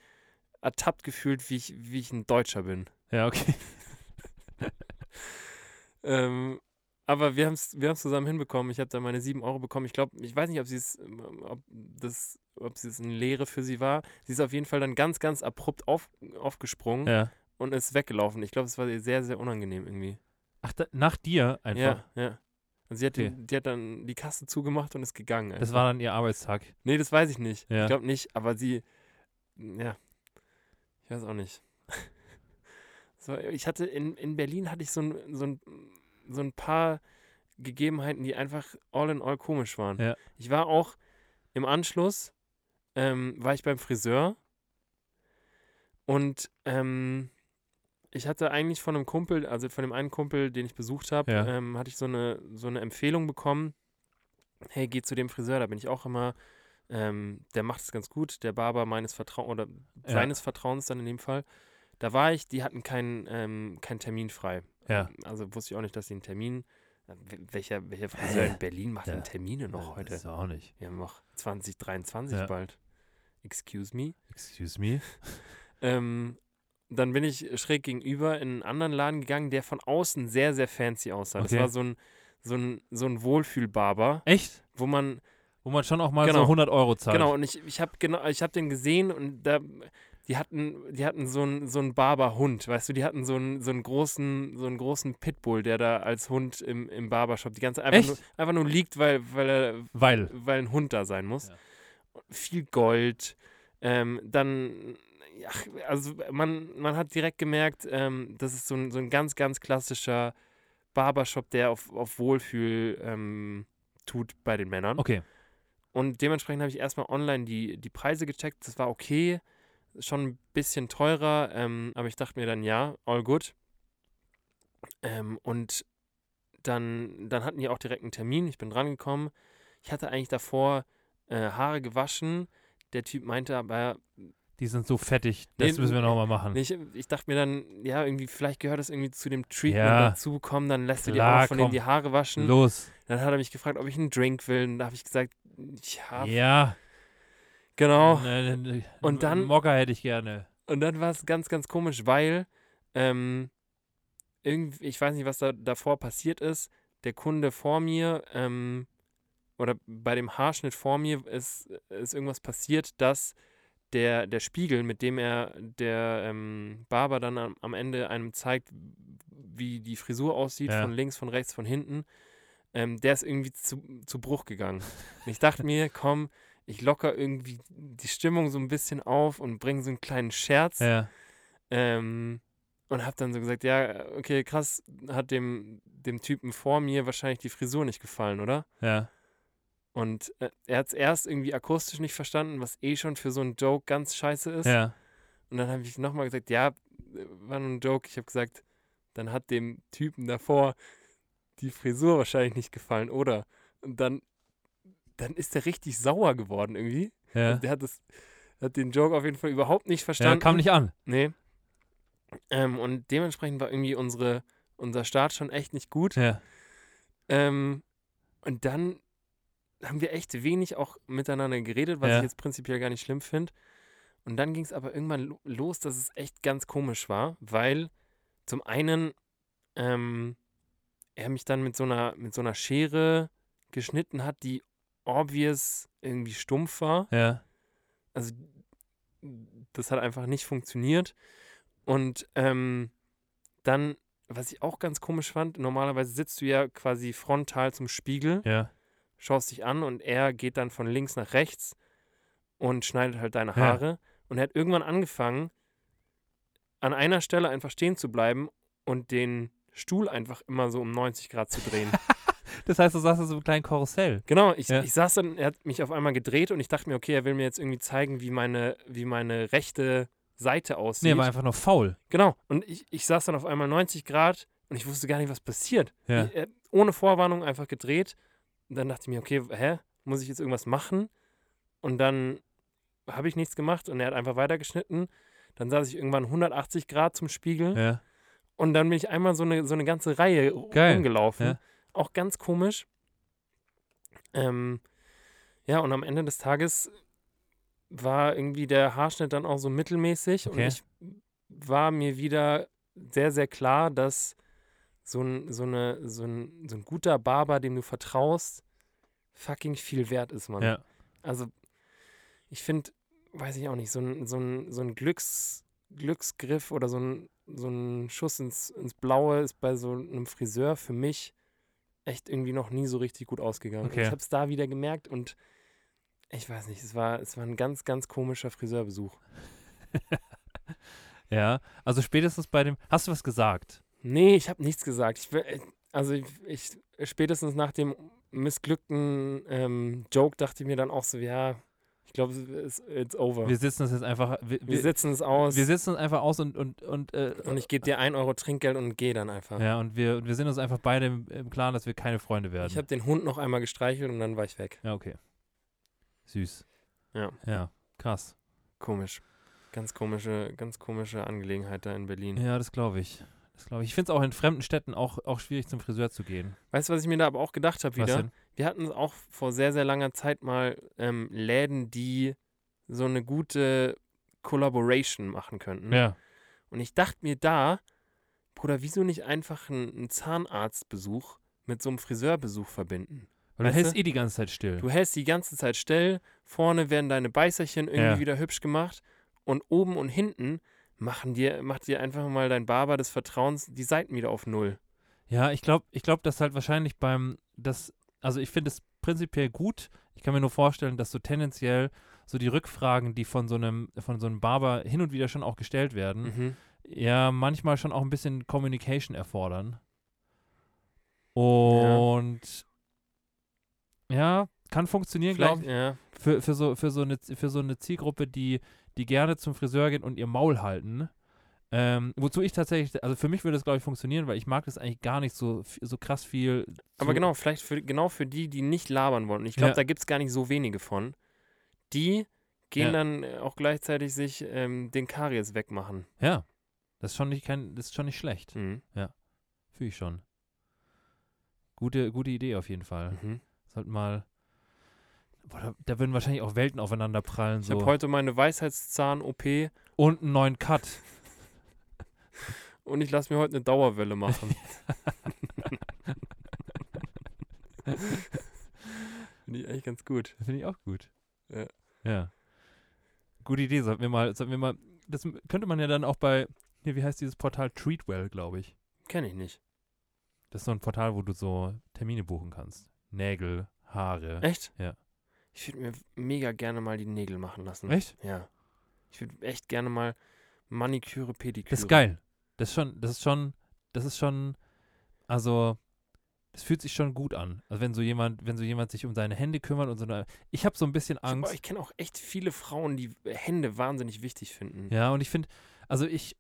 S3: ertappt gefühlt, wie ich, wie ich ein Deutscher bin.
S2: Ja, okay.
S3: Ähm, aber wir haben es wir haben's zusammen hinbekommen. Ich habe da meine 7 Euro bekommen. Ich glaube, ich weiß nicht, ob sie es, ähm, ob das, ob es eine Lehre für sie war. Sie ist auf jeden Fall dann ganz, ganz abrupt auf, aufgesprungen
S2: Ja.
S3: und ist weggelaufen. Ich glaube, es war ihr sehr, sehr unangenehm irgendwie.
S2: Ach, da, nach dir einfach.
S3: Ja, ja. Und sie hat,
S2: Okay.
S3: den, die hat dann die Kasse zugemacht und ist gegangen.
S2: Das
S3: einfach.
S2: war dann ihr Arbeitstag.
S3: nee, das weiß ich nicht.
S2: Ja.
S3: Ich glaube nicht, aber sie, ja, ich weiß auch nicht. So, ich hatte, in, in Berlin hatte ich so ein, so, ein, so ein paar Gegebenheiten, die einfach all in all komisch waren.
S2: Ja.
S3: Ich war auch im Anschluss, ähm, war ich beim Friseur und ähm, ich hatte eigentlich von einem Kumpel, also von dem einen Kumpel, den ich besucht habe,
S2: Ja.
S3: ähm, hatte ich so eine, so eine Empfehlung bekommen. Hey, geh zu dem Friseur, da bin ich auch immer. Ähm, der macht es ganz gut, der Barber meines Vertrauens oder
S2: Ja.
S3: seines Vertrauens dann in dem Fall. Da war ich, die hatten keinen ähm, keinen Termin frei.
S2: Ja.
S3: Also wusste ich auch nicht, dass sie einen Termin. wel- Welcher, welcher Friseur in Berlin macht
S2: Ja.
S3: denn Termine noch heute?
S2: Das ist auch nicht.
S3: Wir haben noch 2023
S2: Ja.
S3: bald. Excuse me.
S2: Excuse me.
S3: Ähm, dann bin ich schräg gegenüber in einen anderen Laden gegangen, der von außen sehr, sehr fancy aussah.
S2: Okay.
S3: Das war so ein, so ein, so ein Wohlfühlbarber,
S2: Echt?
S3: wo man.
S2: Wo man schon auch mal so
S3: Genau.
S2: 100 Euro zahlt.
S3: Genau, und ich, ich habe genau, ich hab den gesehen und da. Die hatten, die hatten so einen, so einen Barberhund, weißt du, die hatten so einen, so einen großen, so einen großen Pitbull, der da als Hund im, im Barbershop die ganze einfach
S2: Echt?
S3: nur, einfach nur liegt, weil, weil er
S2: Weil.
S3: weil ein Hund da sein muss.
S2: Ja.
S3: Viel Gold. Ähm, dann, ach, also man, man hat direkt gemerkt, ähm, das ist so ein, so ein ganz, ganz klassischer Barbershop, der auf, auf Wohlfühl ähm, tut bei den Männern.
S2: Okay.
S3: Und dementsprechend habe ich erstmal online die, die Preise gecheckt. Das war okay, schon ein bisschen teurer, ähm, aber ich dachte mir dann, ja, all good. Ähm, und dann, dann hatten die auch direkt einen Termin. Ich bin drangekommen. Ich hatte eigentlich davor äh, Haare gewaschen. Der Typ meinte aber,
S2: Die sind so fettig. Das
S3: Nee,
S2: müssen wir nochmal machen.
S3: ich, ich dachte mir dann, ja, irgendwie, vielleicht gehört das irgendwie zu dem Treatment
S2: Ja.
S3: dazu, komm, dann lässt du
S2: Klar,
S3: dir auch von
S2: komm.
S3: denen die Haare waschen.
S2: Los.
S3: Dann hat er mich gefragt, ob ich einen Drink will. Und da habe ich gesagt, ja,
S2: Ja.
S3: genau.
S2: Ne, ne, ne,
S3: Und dann-
S2: einen Mocker hätte ich gerne.
S3: Und dann war es ganz, ganz komisch, weil ähm, irgendwie, ich weiß nicht, was da davor passiert ist. Der Kunde vor mir ähm, oder bei dem Haarschnitt vor mir ist, ist irgendwas passiert, dass der, der Spiegel, mit dem er der ähm, Barber dann am, am Ende einem zeigt, wie die Frisur aussieht,
S2: Ja.
S3: von links, von rechts, von hinten, ähm, der ist irgendwie zu, zu Bruch gegangen. Und ich dachte mir, komm, ich locker irgendwie die Stimmung so ein bisschen auf und bringe so einen kleinen Scherz.
S2: Ja.
S3: Ähm, und habe dann so gesagt, ja, okay, krass, hat dem, dem Typen vor mir wahrscheinlich die Frisur nicht gefallen, oder?
S2: Ja.
S3: Und äh, er hat es erst irgendwie akustisch nicht verstanden, was eh schon für so einen Joke ganz scheiße ist.
S2: Ja.
S3: Und dann habe ich nochmal gesagt, ja, äh, war nur ein Joke. Ich habe gesagt, dann hat dem Typen davor die Frisur wahrscheinlich nicht gefallen, oder? Und dann, dann ist er richtig sauer geworden irgendwie.
S2: Ja.
S3: Der hat, das, hat den Joke auf jeden Fall überhaupt nicht
S2: ja.
S3: verstanden.
S2: Kam nicht an.
S3: Nee. Ähm, und dementsprechend war irgendwie unsere, unser Start schon echt nicht gut.
S2: Ja.
S3: Ähm, und dann haben wir echt wenig auch miteinander geredet, was
S2: Ja.
S3: ich jetzt prinzipiell gar nicht schlimm finde. Und dann ging es aber irgendwann lo los, dass es echt ganz komisch war, weil zum einen ähm, er mich dann mit so einer, mit so einer Schere geschnitten hat, die obvious irgendwie stumpf war
S2: Ja.
S3: also das hat einfach nicht funktioniert. Und ähm, dann, was ich auch ganz komisch fand, normalerweise sitzt du ja quasi frontal zum Spiegel,
S2: Ja.
S3: schaust dich an und er geht dann von links nach rechts und schneidet halt deine
S2: Ja.
S3: Haare. Und er hat irgendwann angefangen, an einer Stelle einfach stehen zu bleiben und den Stuhl einfach immer so um 90 Grad zu drehen.
S2: Das heißt, du sagst so im kleinen Karussell.
S3: Genau, ich,
S2: Ja.
S3: ich saß dann, er hat mich auf einmal gedreht und ich dachte mir, okay, er will mir jetzt irgendwie zeigen, wie meine, wie meine rechte Seite
S2: Nee,
S3: aussieht.
S2: war einfach nur faul.
S3: genau, und ich, ich saß dann auf einmal 90 Grad und ich wusste gar nicht, was passiert.
S2: Ja.
S3: Ich, er, hat Äh, ohne Vorwarnung einfach gedreht. Und dann dachte ich mir, okay, hä, muss ich jetzt irgendwas machen? Und dann habe ich nichts gemacht und er hat einfach weitergeschnitten. Dann saß ich irgendwann 180 Grad zum Spiegel
S2: Ja.
S3: und dann bin ich einmal so eine, so eine ganze Reihe ru-
S2: Geil,
S3: rumgelaufen.
S2: ja.
S3: Auch ganz komisch. Ähm, ja, und am Ende des Tages war irgendwie der Haarschnitt dann auch so mittelmäßig.
S2: Okay.
S3: Und ich war mir wieder sehr, sehr klar, dass so ein, so, eine, so, ein, so ein guter Barber, dem du vertraust, fucking viel wert ist, Mann.
S2: Ja.
S3: Also, ich finde, weiß ich auch nicht, so ein, so ein, so ein Glücks, Glücksgriff oder so ein, so ein Schuss ins, ins Blaue ist bei so einem Friseur für mich echt irgendwie noch nie so richtig gut ausgegangen. Und
S2: Okay.
S3: Ich habe es da wieder gemerkt und ich weiß nicht, es war, es war ein ganz, ganz komischer Friseurbesuch.
S2: Ja, also spätestens bei dem. Hast du was gesagt?
S3: Nee, ich habe nichts gesagt. Ich, wär- also ich, ich spätestens nach dem missglückten ähm, Joke dachte ich mir dann auch so, ja, ich glaube, it's, it's over.
S2: Wir
S3: Wir,
S2: sitzen das jetzt einfach. Wir, wir,
S3: sitzen es aus
S2: wir sitzen uns einfach aus und. und, und, äh,
S3: und ich gebe dir 1 Euro Trinkgeld und gehe dann einfach.
S2: ja, und wir, und wir sind uns einfach beide im, im Klaren, dass wir keine Freunde werden.
S3: Ich habe den Hund noch einmal gestreichelt und dann war ich weg.
S2: ja, okay. Süß.
S3: Ja.
S2: Ja, krass.
S3: Komisch. Ganz komische, ganz komische Angelegenheit da in Berlin.
S2: Ja, das glaube ich. Das glaube ich. Ich finde es auch in fremden Städten auch, auch schwierig, zum Friseur zu gehen.
S3: Weißt du, was ich mir da aber auch gedacht habe
S2: Was
S3: wieder?
S2: denn?
S3: Wir hatten auch vor sehr, sehr langer Zeit mal ähm, Läden, die so eine gute Collaboration machen könnten.
S2: Ja.
S3: Und ich dachte mir da, Bruder, wieso nicht einfach einen, einen Zahnarztbesuch mit so einem Friseurbesuch verbinden?
S2: Weil du
S3: Weißt
S2: hältst
S3: du?
S2: eh die ganze Zeit still.
S3: Du hältst die ganze Zeit still, vorne werden deine Beißerchen irgendwie
S2: Ja.
S3: wieder hübsch gemacht und oben und hinten machen dir, macht dir einfach mal dein Barber des Vertrauens die Seiten wieder auf Null.
S2: Ja, ich glaube, ich glaube, dass halt wahrscheinlich beim, das, also ich finde es prinzipiell gut. Ich kann mir nur vorstellen, dass so tendenziell so die Rückfragen, die von so einem, von so einem Barber hin und wieder schon auch gestellt werden,
S3: Mhm.
S2: ja manchmal schon auch ein bisschen Communication erfordern. Und ja, kann funktionieren, glaube
S3: Vielleicht,
S2: ich.
S3: ja.
S2: Für, für, so, für, so eine, für so eine Zielgruppe, die, die gerne zum Friseur gehen und ihr Maul halten. Ähm, wozu ich tatsächlich, also für mich würde das, glaube ich, funktionieren, weil ich mag das eigentlich gar nicht so, f- so krass viel.
S3: Aber
S2: zu-
S3: genau, vielleicht für, genau für die, die nicht labern wollen. Ich glaube,
S2: Ja.
S3: da gibt es gar nicht so wenige von. Die gehen
S2: Ja.
S3: dann äh, auch gleichzeitig sich ähm, den Karies wegmachen.
S2: Ja, das ist schon nicht, kein, das ist schon nicht schlecht.
S3: Mhm.
S2: Fühle ich schon. Gute, gute Idee auf jeden Fall.
S3: Mhm.
S2: Sollten mal. Boah, da, da würden wahrscheinlich auch Welten aufeinander prallen.
S3: Ich
S2: So.
S3: habe heute meine Weisheitszahn-OP
S2: und einen neuen Cut.
S3: und ich lasse mir heute eine Dauerwelle machen. Finde ich eigentlich ganz gut.
S2: Finde ich auch gut.
S3: Ja.
S2: Ja. Gute Idee, sollten wir mal, sollten wir mal. Das m- könnte man ja dann auch bei, hier, wie heißt dieses Portal? Treatwell, glaube ich.
S3: Kenne ich nicht.
S2: Das ist so ein Portal, wo du so Termine buchen kannst. Nägel, Haare.
S3: Echt?
S2: Ja.
S3: Ich würde mir mega gerne mal die Nägel machen lassen.
S2: Echt?
S3: Ja. Ich würde echt gerne mal Maniküre, Pediküre.
S2: Das ist geil. Das ist schon, das ist schon, das ist schon, also, das fühlt sich schon gut an. Also wenn so jemand, wenn so jemand sich um seine Hände kümmert und so eine, ich habe so ein bisschen
S3: Ich,
S2: Angst.
S3: aber ich kenne auch echt viele Frauen, die Hände wahnsinnig wichtig finden.
S2: Ja, und ich finde, also ich,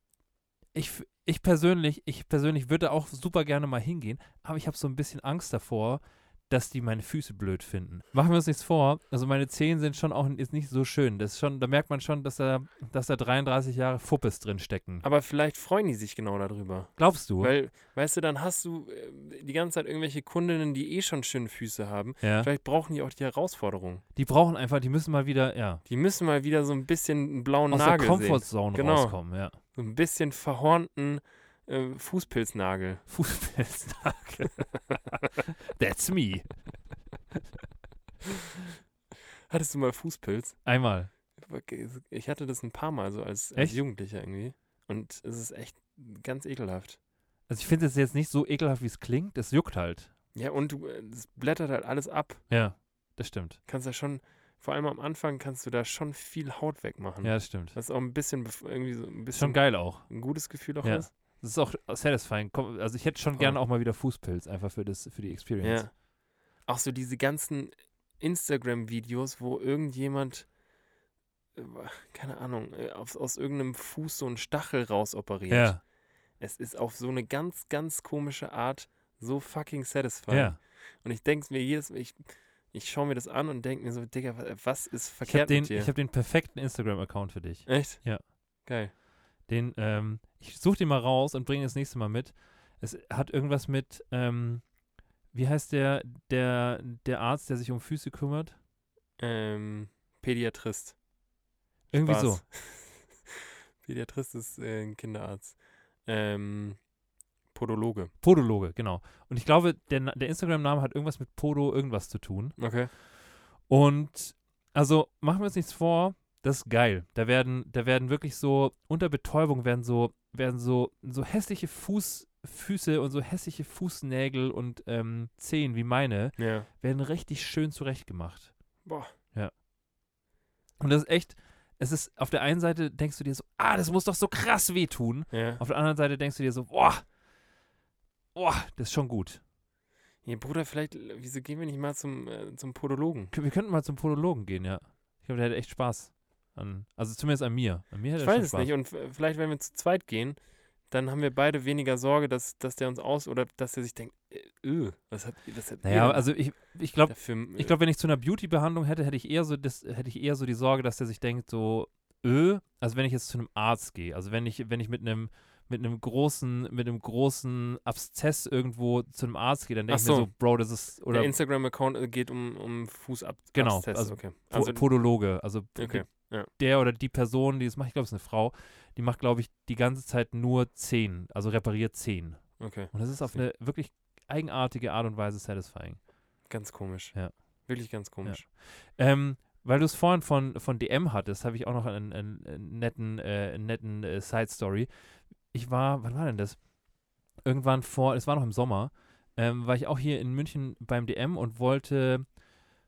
S2: ich, f- ich persönlich, ich persönlich würde auch super gerne mal hingehen, aber ich habe so ein bisschen Angst davor, dass die meine Füße blöd finden. Machen wir uns nichts vor, also meine Zehen sind schon auch ist nicht so schön. Das ist schon, da merkt man schon, dass da, dass da 33 Jahre Fuppes drin stecken.
S3: Aber vielleicht freuen die sich genau darüber.
S2: Glaubst du?
S3: Weil, weißt du, dann hast du äh, die ganze Zeit irgendwelche Kundinnen, die eh schon schöne Füße haben.
S2: ja.
S3: Vielleicht brauchen die auch die Herausforderung.
S2: Die brauchen einfach, die müssen mal wieder, ja,
S3: Die müssen mal wieder so ein bisschen einen blauen
S2: aus
S3: Nagel
S2: der
S3: sehen.
S2: Comfortzone
S3: Genau.
S2: rauskommen, ja.
S3: So ein bisschen verhornten äh, Fußpilznagel.
S2: Fußpilznagel. That's me.
S3: Hattest du mal Fußpilz?
S2: Einmal.
S3: Ich hatte das ein paar Mal so als, als
S2: Echt?
S3: Jugendlicher irgendwie. Und es ist echt ganz ekelhaft.
S2: Also ich finde es jetzt nicht so ekelhaft, wie es klingt. Es juckt halt.
S3: Ja, und du, äh, es blättert halt alles ab.
S2: Ja, das stimmt.
S3: kannst da schon, vor allem am Anfang kannst du da schon viel Haut wegmachen.
S2: Ja, das stimmt.
S3: Was auch ein bisschen bef- irgendwie so ein
S2: Ist schon
S3: bisschen
S2: geil auch.
S3: ein gutes Gefühl auch
S2: Ja.
S3: ist.
S2: Das ist auch satisfying. Komm, Also ich hätte schon
S3: Voll.
S2: gerne auch mal wieder Fußpilz, einfach für, das, für die Experience.
S3: Ja. Auch so diese ganzen Instagram-Videos, wo irgendjemand, äh, keine Ahnung, äh, aus, aus irgendeinem Fuß so einen Stachel rausoperiert.
S2: Ja,
S3: Es ist auf so eine ganz, ganz komische Art so fucking
S2: ja.
S3: satisfying. Und ich denke mir jedes Mal, ich, ich schaue mir das an und denke mir so, Digga, wa- was ist
S2: Ich habe
S3: verkehrt
S2: den,
S3: mit dir?
S2: ich hab den perfekten Instagram-Account für dich.
S3: Echt?
S2: Ja.
S3: Geil.
S2: Den, ähm, ich suche den mal raus und bringe das nächste Mal mit. Es hat irgendwas mit, ähm, wie heißt der, der, der Arzt, der sich um Füße kümmert?
S3: Ähm, Pädiatrist.
S2: Irgendwie
S3: Spaß.
S2: so.
S3: Pädiatrist ist äh, ein Kinderarzt. Ähm, Podologe.
S2: Podologe, genau. Und ich glaube, der, Na- der Instagram-Name hat irgendwas mit Podo irgendwas zu tun.
S3: Okay.
S2: Und also machen wir uns nichts vor, das ist geil. Da werden, da werden wirklich so, unter Betäubung werden so werden so, so hässliche Fuß, Füße und so hässliche Fußnägel und ähm, Zehen wie meine,
S3: Ja.
S2: werden richtig schön zurechtgemacht.
S3: Boah.
S2: Ja. Und das ist echt, es ist, auf der einen Seite denkst du dir so, ah, das muss doch so krass wehtun.
S3: Ja.
S2: Auf der anderen Seite denkst du dir so, boah, boah, das ist schon gut.
S3: Hey, Bruder, vielleicht, äh, wieso gehen wir nicht mal zum, äh, zum Podologen?
S2: Wir könnten mal zum Podologen gehen, ja. Ich glaube, der hätte echt Spaß. An, also zumindest an mir. An mir hätte er
S3: Ich weiß
S2: schon
S3: es
S2: Spaß.
S3: nicht. Und f- vielleicht, wenn wir zu zweit gehen, dann haben wir beide weniger Sorge, dass, dass der uns aus oder dass der sich denkt, äh, öh, was hat, was hat
S2: Naja,
S3: ihr
S2: also ich, ich glaube,
S3: dafür,
S2: ich glaube, wenn ich zu einer Beauty-Behandlung hätte, hätte ich eher so das, hätte ich eher so die Sorge, dass der sich denkt, so, öh, also wenn ich jetzt zu einem Arzt gehe, also wenn ich, wenn ich mit einem, mit einem großen, mit einem großen Abszess irgendwo zu einem Arzt gehe, dann denke
S3: Ach
S2: ich mir
S3: so.
S2: so, Bro, das ist oder
S3: der Instagram-Account äh, geht um, um Fußab
S2: Genau,
S3: Abszess,
S2: also
S3: okay.
S2: Po- Podologe, also
S3: Okay, ja.
S2: der oder die Person, die das macht, ich glaube, es ist eine Frau, die macht, glaube ich, die ganze Zeit nur Zehen, also repariert Zehen.
S3: okay.
S2: Und das ist auf eine wirklich eigenartige Art und Weise satisfying.
S3: Ganz komisch.
S2: Ja.
S3: Wirklich ganz komisch.
S2: Ähm, weil du es vorhin von, von DM hattest, habe ich auch noch einen, einen, einen netten, äh, einen netten äh, Side-Story. Ich war, wann war denn das? Irgendwann vor, es war noch im Sommer, ähm, war ich auch hier in München beim DM und wollte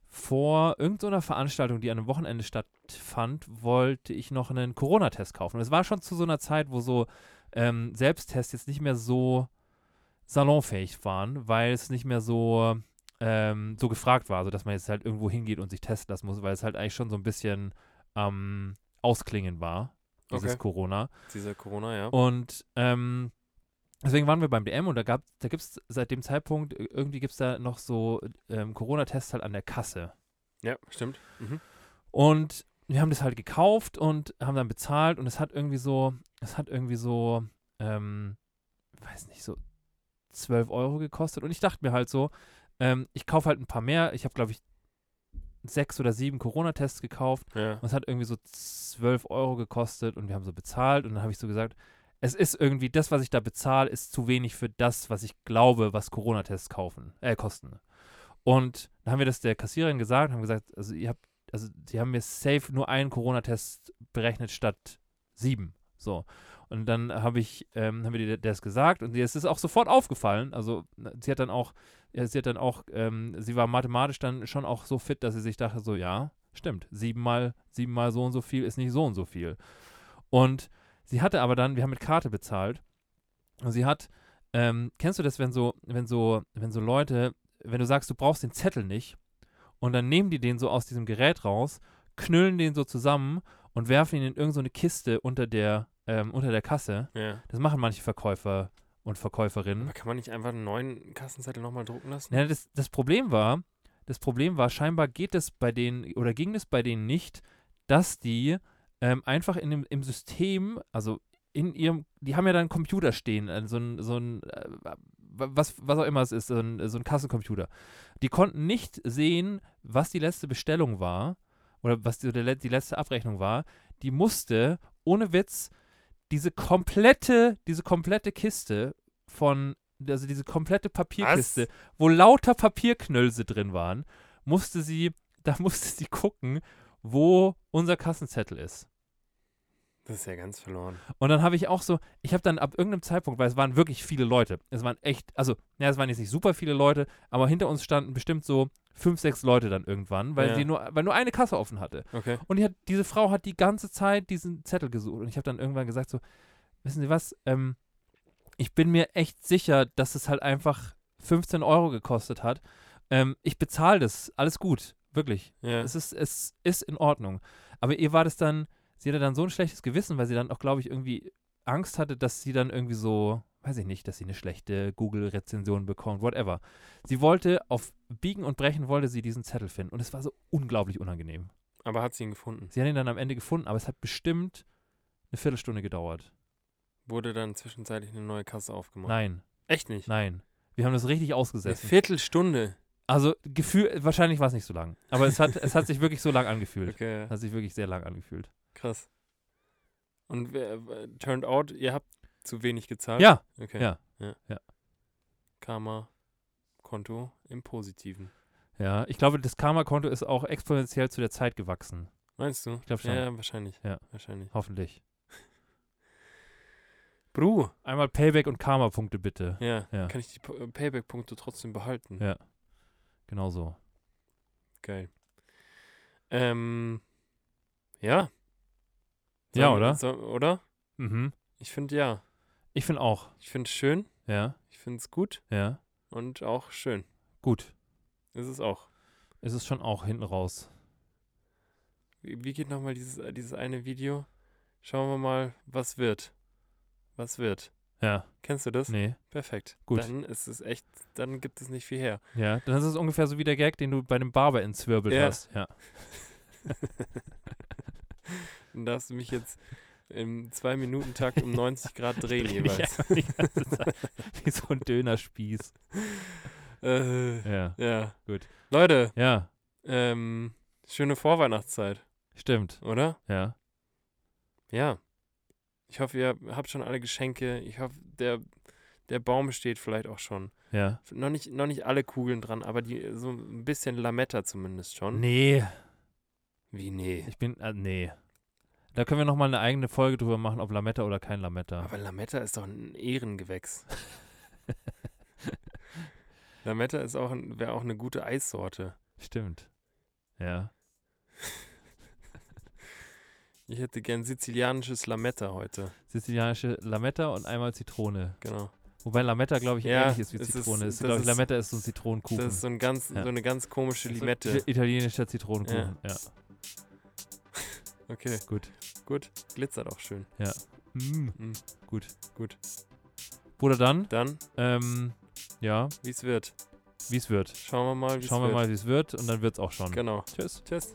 S2: vor irgendeiner Veranstaltung, die an einem Wochenende stattfand, wollte ich noch einen Corona-Test kaufen. Und es war schon zu so einer Zeit, wo so ähm, Selbsttests jetzt nicht mehr so salonfähig waren, weil es nicht mehr so ähm, so gefragt war, also dass man jetzt halt irgendwo hingeht und sich testen lassen muss, weil es halt eigentlich schon so ein bisschen ähm, ausklingen war, dieses
S3: Okay.
S2: Corona.
S3: Dieser Corona, ja.
S2: Und ähm, deswegen waren wir beim DM und da gab, da gibt es seit dem Zeitpunkt, äh, irgendwie gibt es da noch so ähm, Corona-Tests halt an der Kasse.
S3: Ja, stimmt. Mhm.
S2: Und wir haben das halt gekauft und haben dann bezahlt und es hat irgendwie so, es hat irgendwie so, ähm, weiß nicht, so 12 Euro gekostet. Und ich dachte mir halt so, ähm, ich kaufe halt ein paar mehr. Ich habe, glaube ich, sechs oder sieben Corona-Tests gekauft
S3: Ja.
S2: und es hat irgendwie so 12 Euro gekostet und wir haben so bezahlt und dann habe ich so gesagt, es ist irgendwie, das, was ich da bezahle, ist zu wenig für das, was ich glaube, was Corona-Tests kaufen, äh, kosten. Und dann haben wir das der Kassiererin gesagt, haben gesagt, also ihr habt, also die haben mir safe nur einen Corona-Test berechnet statt sieben. So. Und dann habe ich, ähm, haben wir dir das gesagt und ihr ist es auch sofort aufgefallen. Also na, sie hat dann auch, ja, sie hat dann auch, ähm, sie war mathematisch dann schon auch so fit, dass sie sich dachte, so, ja, Stimmt, siebenmal, siebenmal so und so viel ist nicht so und so viel. Und sie hatte aber dann, wir haben mit Karte bezahlt, und sie hat, ähm, kennst du das, wenn so, wenn so, wenn so Leute, wenn du sagst, du brauchst den Zettel nicht, und dann nehmen die den so aus diesem Gerät raus, knüllen den so zusammen und werfen ihn in irgendeine so eine Kiste unter der, ähm, unter der Kasse.
S3: ja.
S2: Das machen manche Verkäufer und Verkäuferinnen.
S3: Aber kann man nicht einfach einen neuen Kassenzettel nochmal drucken lassen?
S2: Na, das, das Problem war, das Problem war, scheinbar geht es bei denen oder ging es bei denen nicht, dass die ähm, einfach in dem, im System, also in ihrem, die haben ja da einen Computer stehen, äh, so ein, so ein äh, was, was auch immer es ist, so ein, so ein Kassencomputer. Die konnten nicht sehen, was die letzte Bestellung war oder was die, oder le- die letzte Abrechnung war. Die musste, ohne Witz, diese komplette, diese komplette Kiste von, also diese komplette Papierkiste, wo lauter Papierknöllse drin waren, musste sie, da musste sie gucken, wo unser Kassenzettel ist.
S3: Das ist ja ganz verloren.
S2: Und dann habe ich auch so, ich habe dann ab irgendeinem Zeitpunkt, weil es waren wirklich viele Leute, es waren echt, also, ja, es waren jetzt nicht super viele Leute, aber hinter uns standen bestimmt so fünf, sechs Leute dann irgendwann, weil
S3: Ja.
S2: sie nur, weil nur eine Kasse offen hatte.
S3: Okay.
S2: Und die hat, diese Frau hat die ganze Zeit diesen Zettel gesucht. Und ich habe dann irgendwann gesagt so, wissen Sie was, ähm, ich bin mir echt sicher, dass es halt einfach 15 Euro gekostet hat. Ähm, ich bezahle das, alles gut, wirklich.
S3: Ja.
S2: Es ist, es ist in Ordnung. Aber ihr war das dann, sie hatte dann so ein schlechtes Gewissen, weil sie dann auch, glaube ich, irgendwie Angst hatte, dass sie dann irgendwie so, weiß ich nicht, dass sie eine schlechte Google-Rezension bekommt, whatever. Sie wollte auf Biegen und Brechen wollte sie diesen Zettel finden. Und es war so unglaublich unangenehm.
S3: Aber hat sie ihn gefunden?
S2: Sie hat ihn dann am Ende gefunden, aber es hat bestimmt eine Viertelstunde gedauert.
S3: Wurde dann zwischenzeitlich eine neue Kasse aufgemacht?
S2: Nein,
S3: Echt nicht?
S2: nein. Wir haben das richtig
S3: Eine
S2: ausgesessen.
S3: Viertelstunde.
S2: Also Gefühl, wahrscheinlich war es nicht so lang. Aber es hat, es hat sich wirklich so lang angefühlt.
S3: Okay,
S2: Es hat sich wirklich sehr lang angefühlt.
S3: krass. Und wer- äh, turned out, ihr habt zu wenig gezahlt?
S2: Ja,
S3: Okay.
S2: ja,
S3: ja.
S2: ja.
S3: Karma, Konto im Positiven.
S2: Ja, ich glaube, das Karma-Konto ist auch exponentiell zu der Zeit gewachsen.
S3: Meinst du?
S2: glaub schon.
S3: Ja, wahrscheinlich.
S2: Ja.
S3: Wahrscheinlich.
S2: Hoffentlich.
S3: Bru.
S2: Einmal Payback und Karma-Punkte bitte.
S3: Ja.
S2: Ja.
S3: Kann ich die P- äh, Payback-Punkte trotzdem behalten?
S2: Ja. Genau so.
S3: Geil. Ähm, ja.
S2: Ja,
S3: Sollen-
S2: oder?
S3: soll- oder?
S2: Mhm.
S3: Ich finde ja.
S2: Ich finde auch.
S3: Ich finde es schön.
S2: Ja,
S3: Ich finde es gut
S2: ja.
S3: und auch schön.
S2: Gut.
S3: Ist es auch.
S2: Es ist schon auch hinten raus.
S3: Wie, wie geht nochmal dieses, äh, dieses eine Video? Schauen wir mal, was wird. Was wird.
S2: Ja.
S3: Kennst du das?
S2: Nee.
S3: Perfekt.
S2: Gut.
S3: Dann ist es echt, dann gibt es nicht viel her.
S2: Ja. Dann ist es ungefähr so wie der Gag, den du bei dem Barber entzwirbelt
S3: Ja.
S2: hast. Ja.
S3: Dann darfst du mich jetzt im 2-Minuten-Takt um 90 Grad drehen jeweils.
S2: Ja, die ganze Zeit. Wie so ein Dönerspieß.
S3: Äh,
S2: Ja.
S3: ja.
S2: Gut.
S3: Leute,
S2: Ja.
S3: ähm, schöne Vorweihnachtszeit,
S2: Stimmt.
S3: oder?
S2: Ja.
S3: Ja. Ich hoffe, ihr habt schon alle Geschenke. Ich hoffe, der, der Baum steht vielleicht auch schon.
S2: Ja.
S3: Noch nicht, noch nicht alle Kugeln dran, aber die äh, so ein bisschen Lametta zumindest schon.
S2: Nee.
S3: Wie nee.
S2: Ich bin. Äh, nee. Da können wir nochmal eine eigene Folge drüber machen, ob Lametta oder kein Lametta.
S3: Aber Lametta ist doch ein Ehrengewächs. Lametta ist auch ein- wäre auch eine gute Eissorte.
S2: Stimmt. Ja.
S3: Ich hätte gern sizilianisches Lametta heute.
S2: Sizilianische Lametta und einmal Zitrone.
S3: Genau.
S2: Wobei Lametta, glaube ich,
S3: Ja,
S2: ähnlich ist wie
S3: es ist-
S2: Zitrone. Ist,
S3: das
S2: glaube ich,
S3: ist-
S2: Lametta ist so ein Zitronenkuchen.
S3: Das ist so, ein ganz,
S2: Ja.
S3: so eine ganz komische Limette.
S2: So italienischer Zitronenkuchen, ja.
S3: Okay,
S2: Gut.
S3: gut. Glitzert auch schön. Mm.
S2: Gut.
S3: Gut.
S2: Bruder, dann,
S3: Dann,
S2: ähm, ja,
S3: wie es wird.
S2: wie es wird.
S3: Schauen wir mal, wie es wird.
S2: Schauen wir mal, wie es wird und dann wird es auch schon.
S3: Genau.
S2: Tschüss.
S3: Tschüss.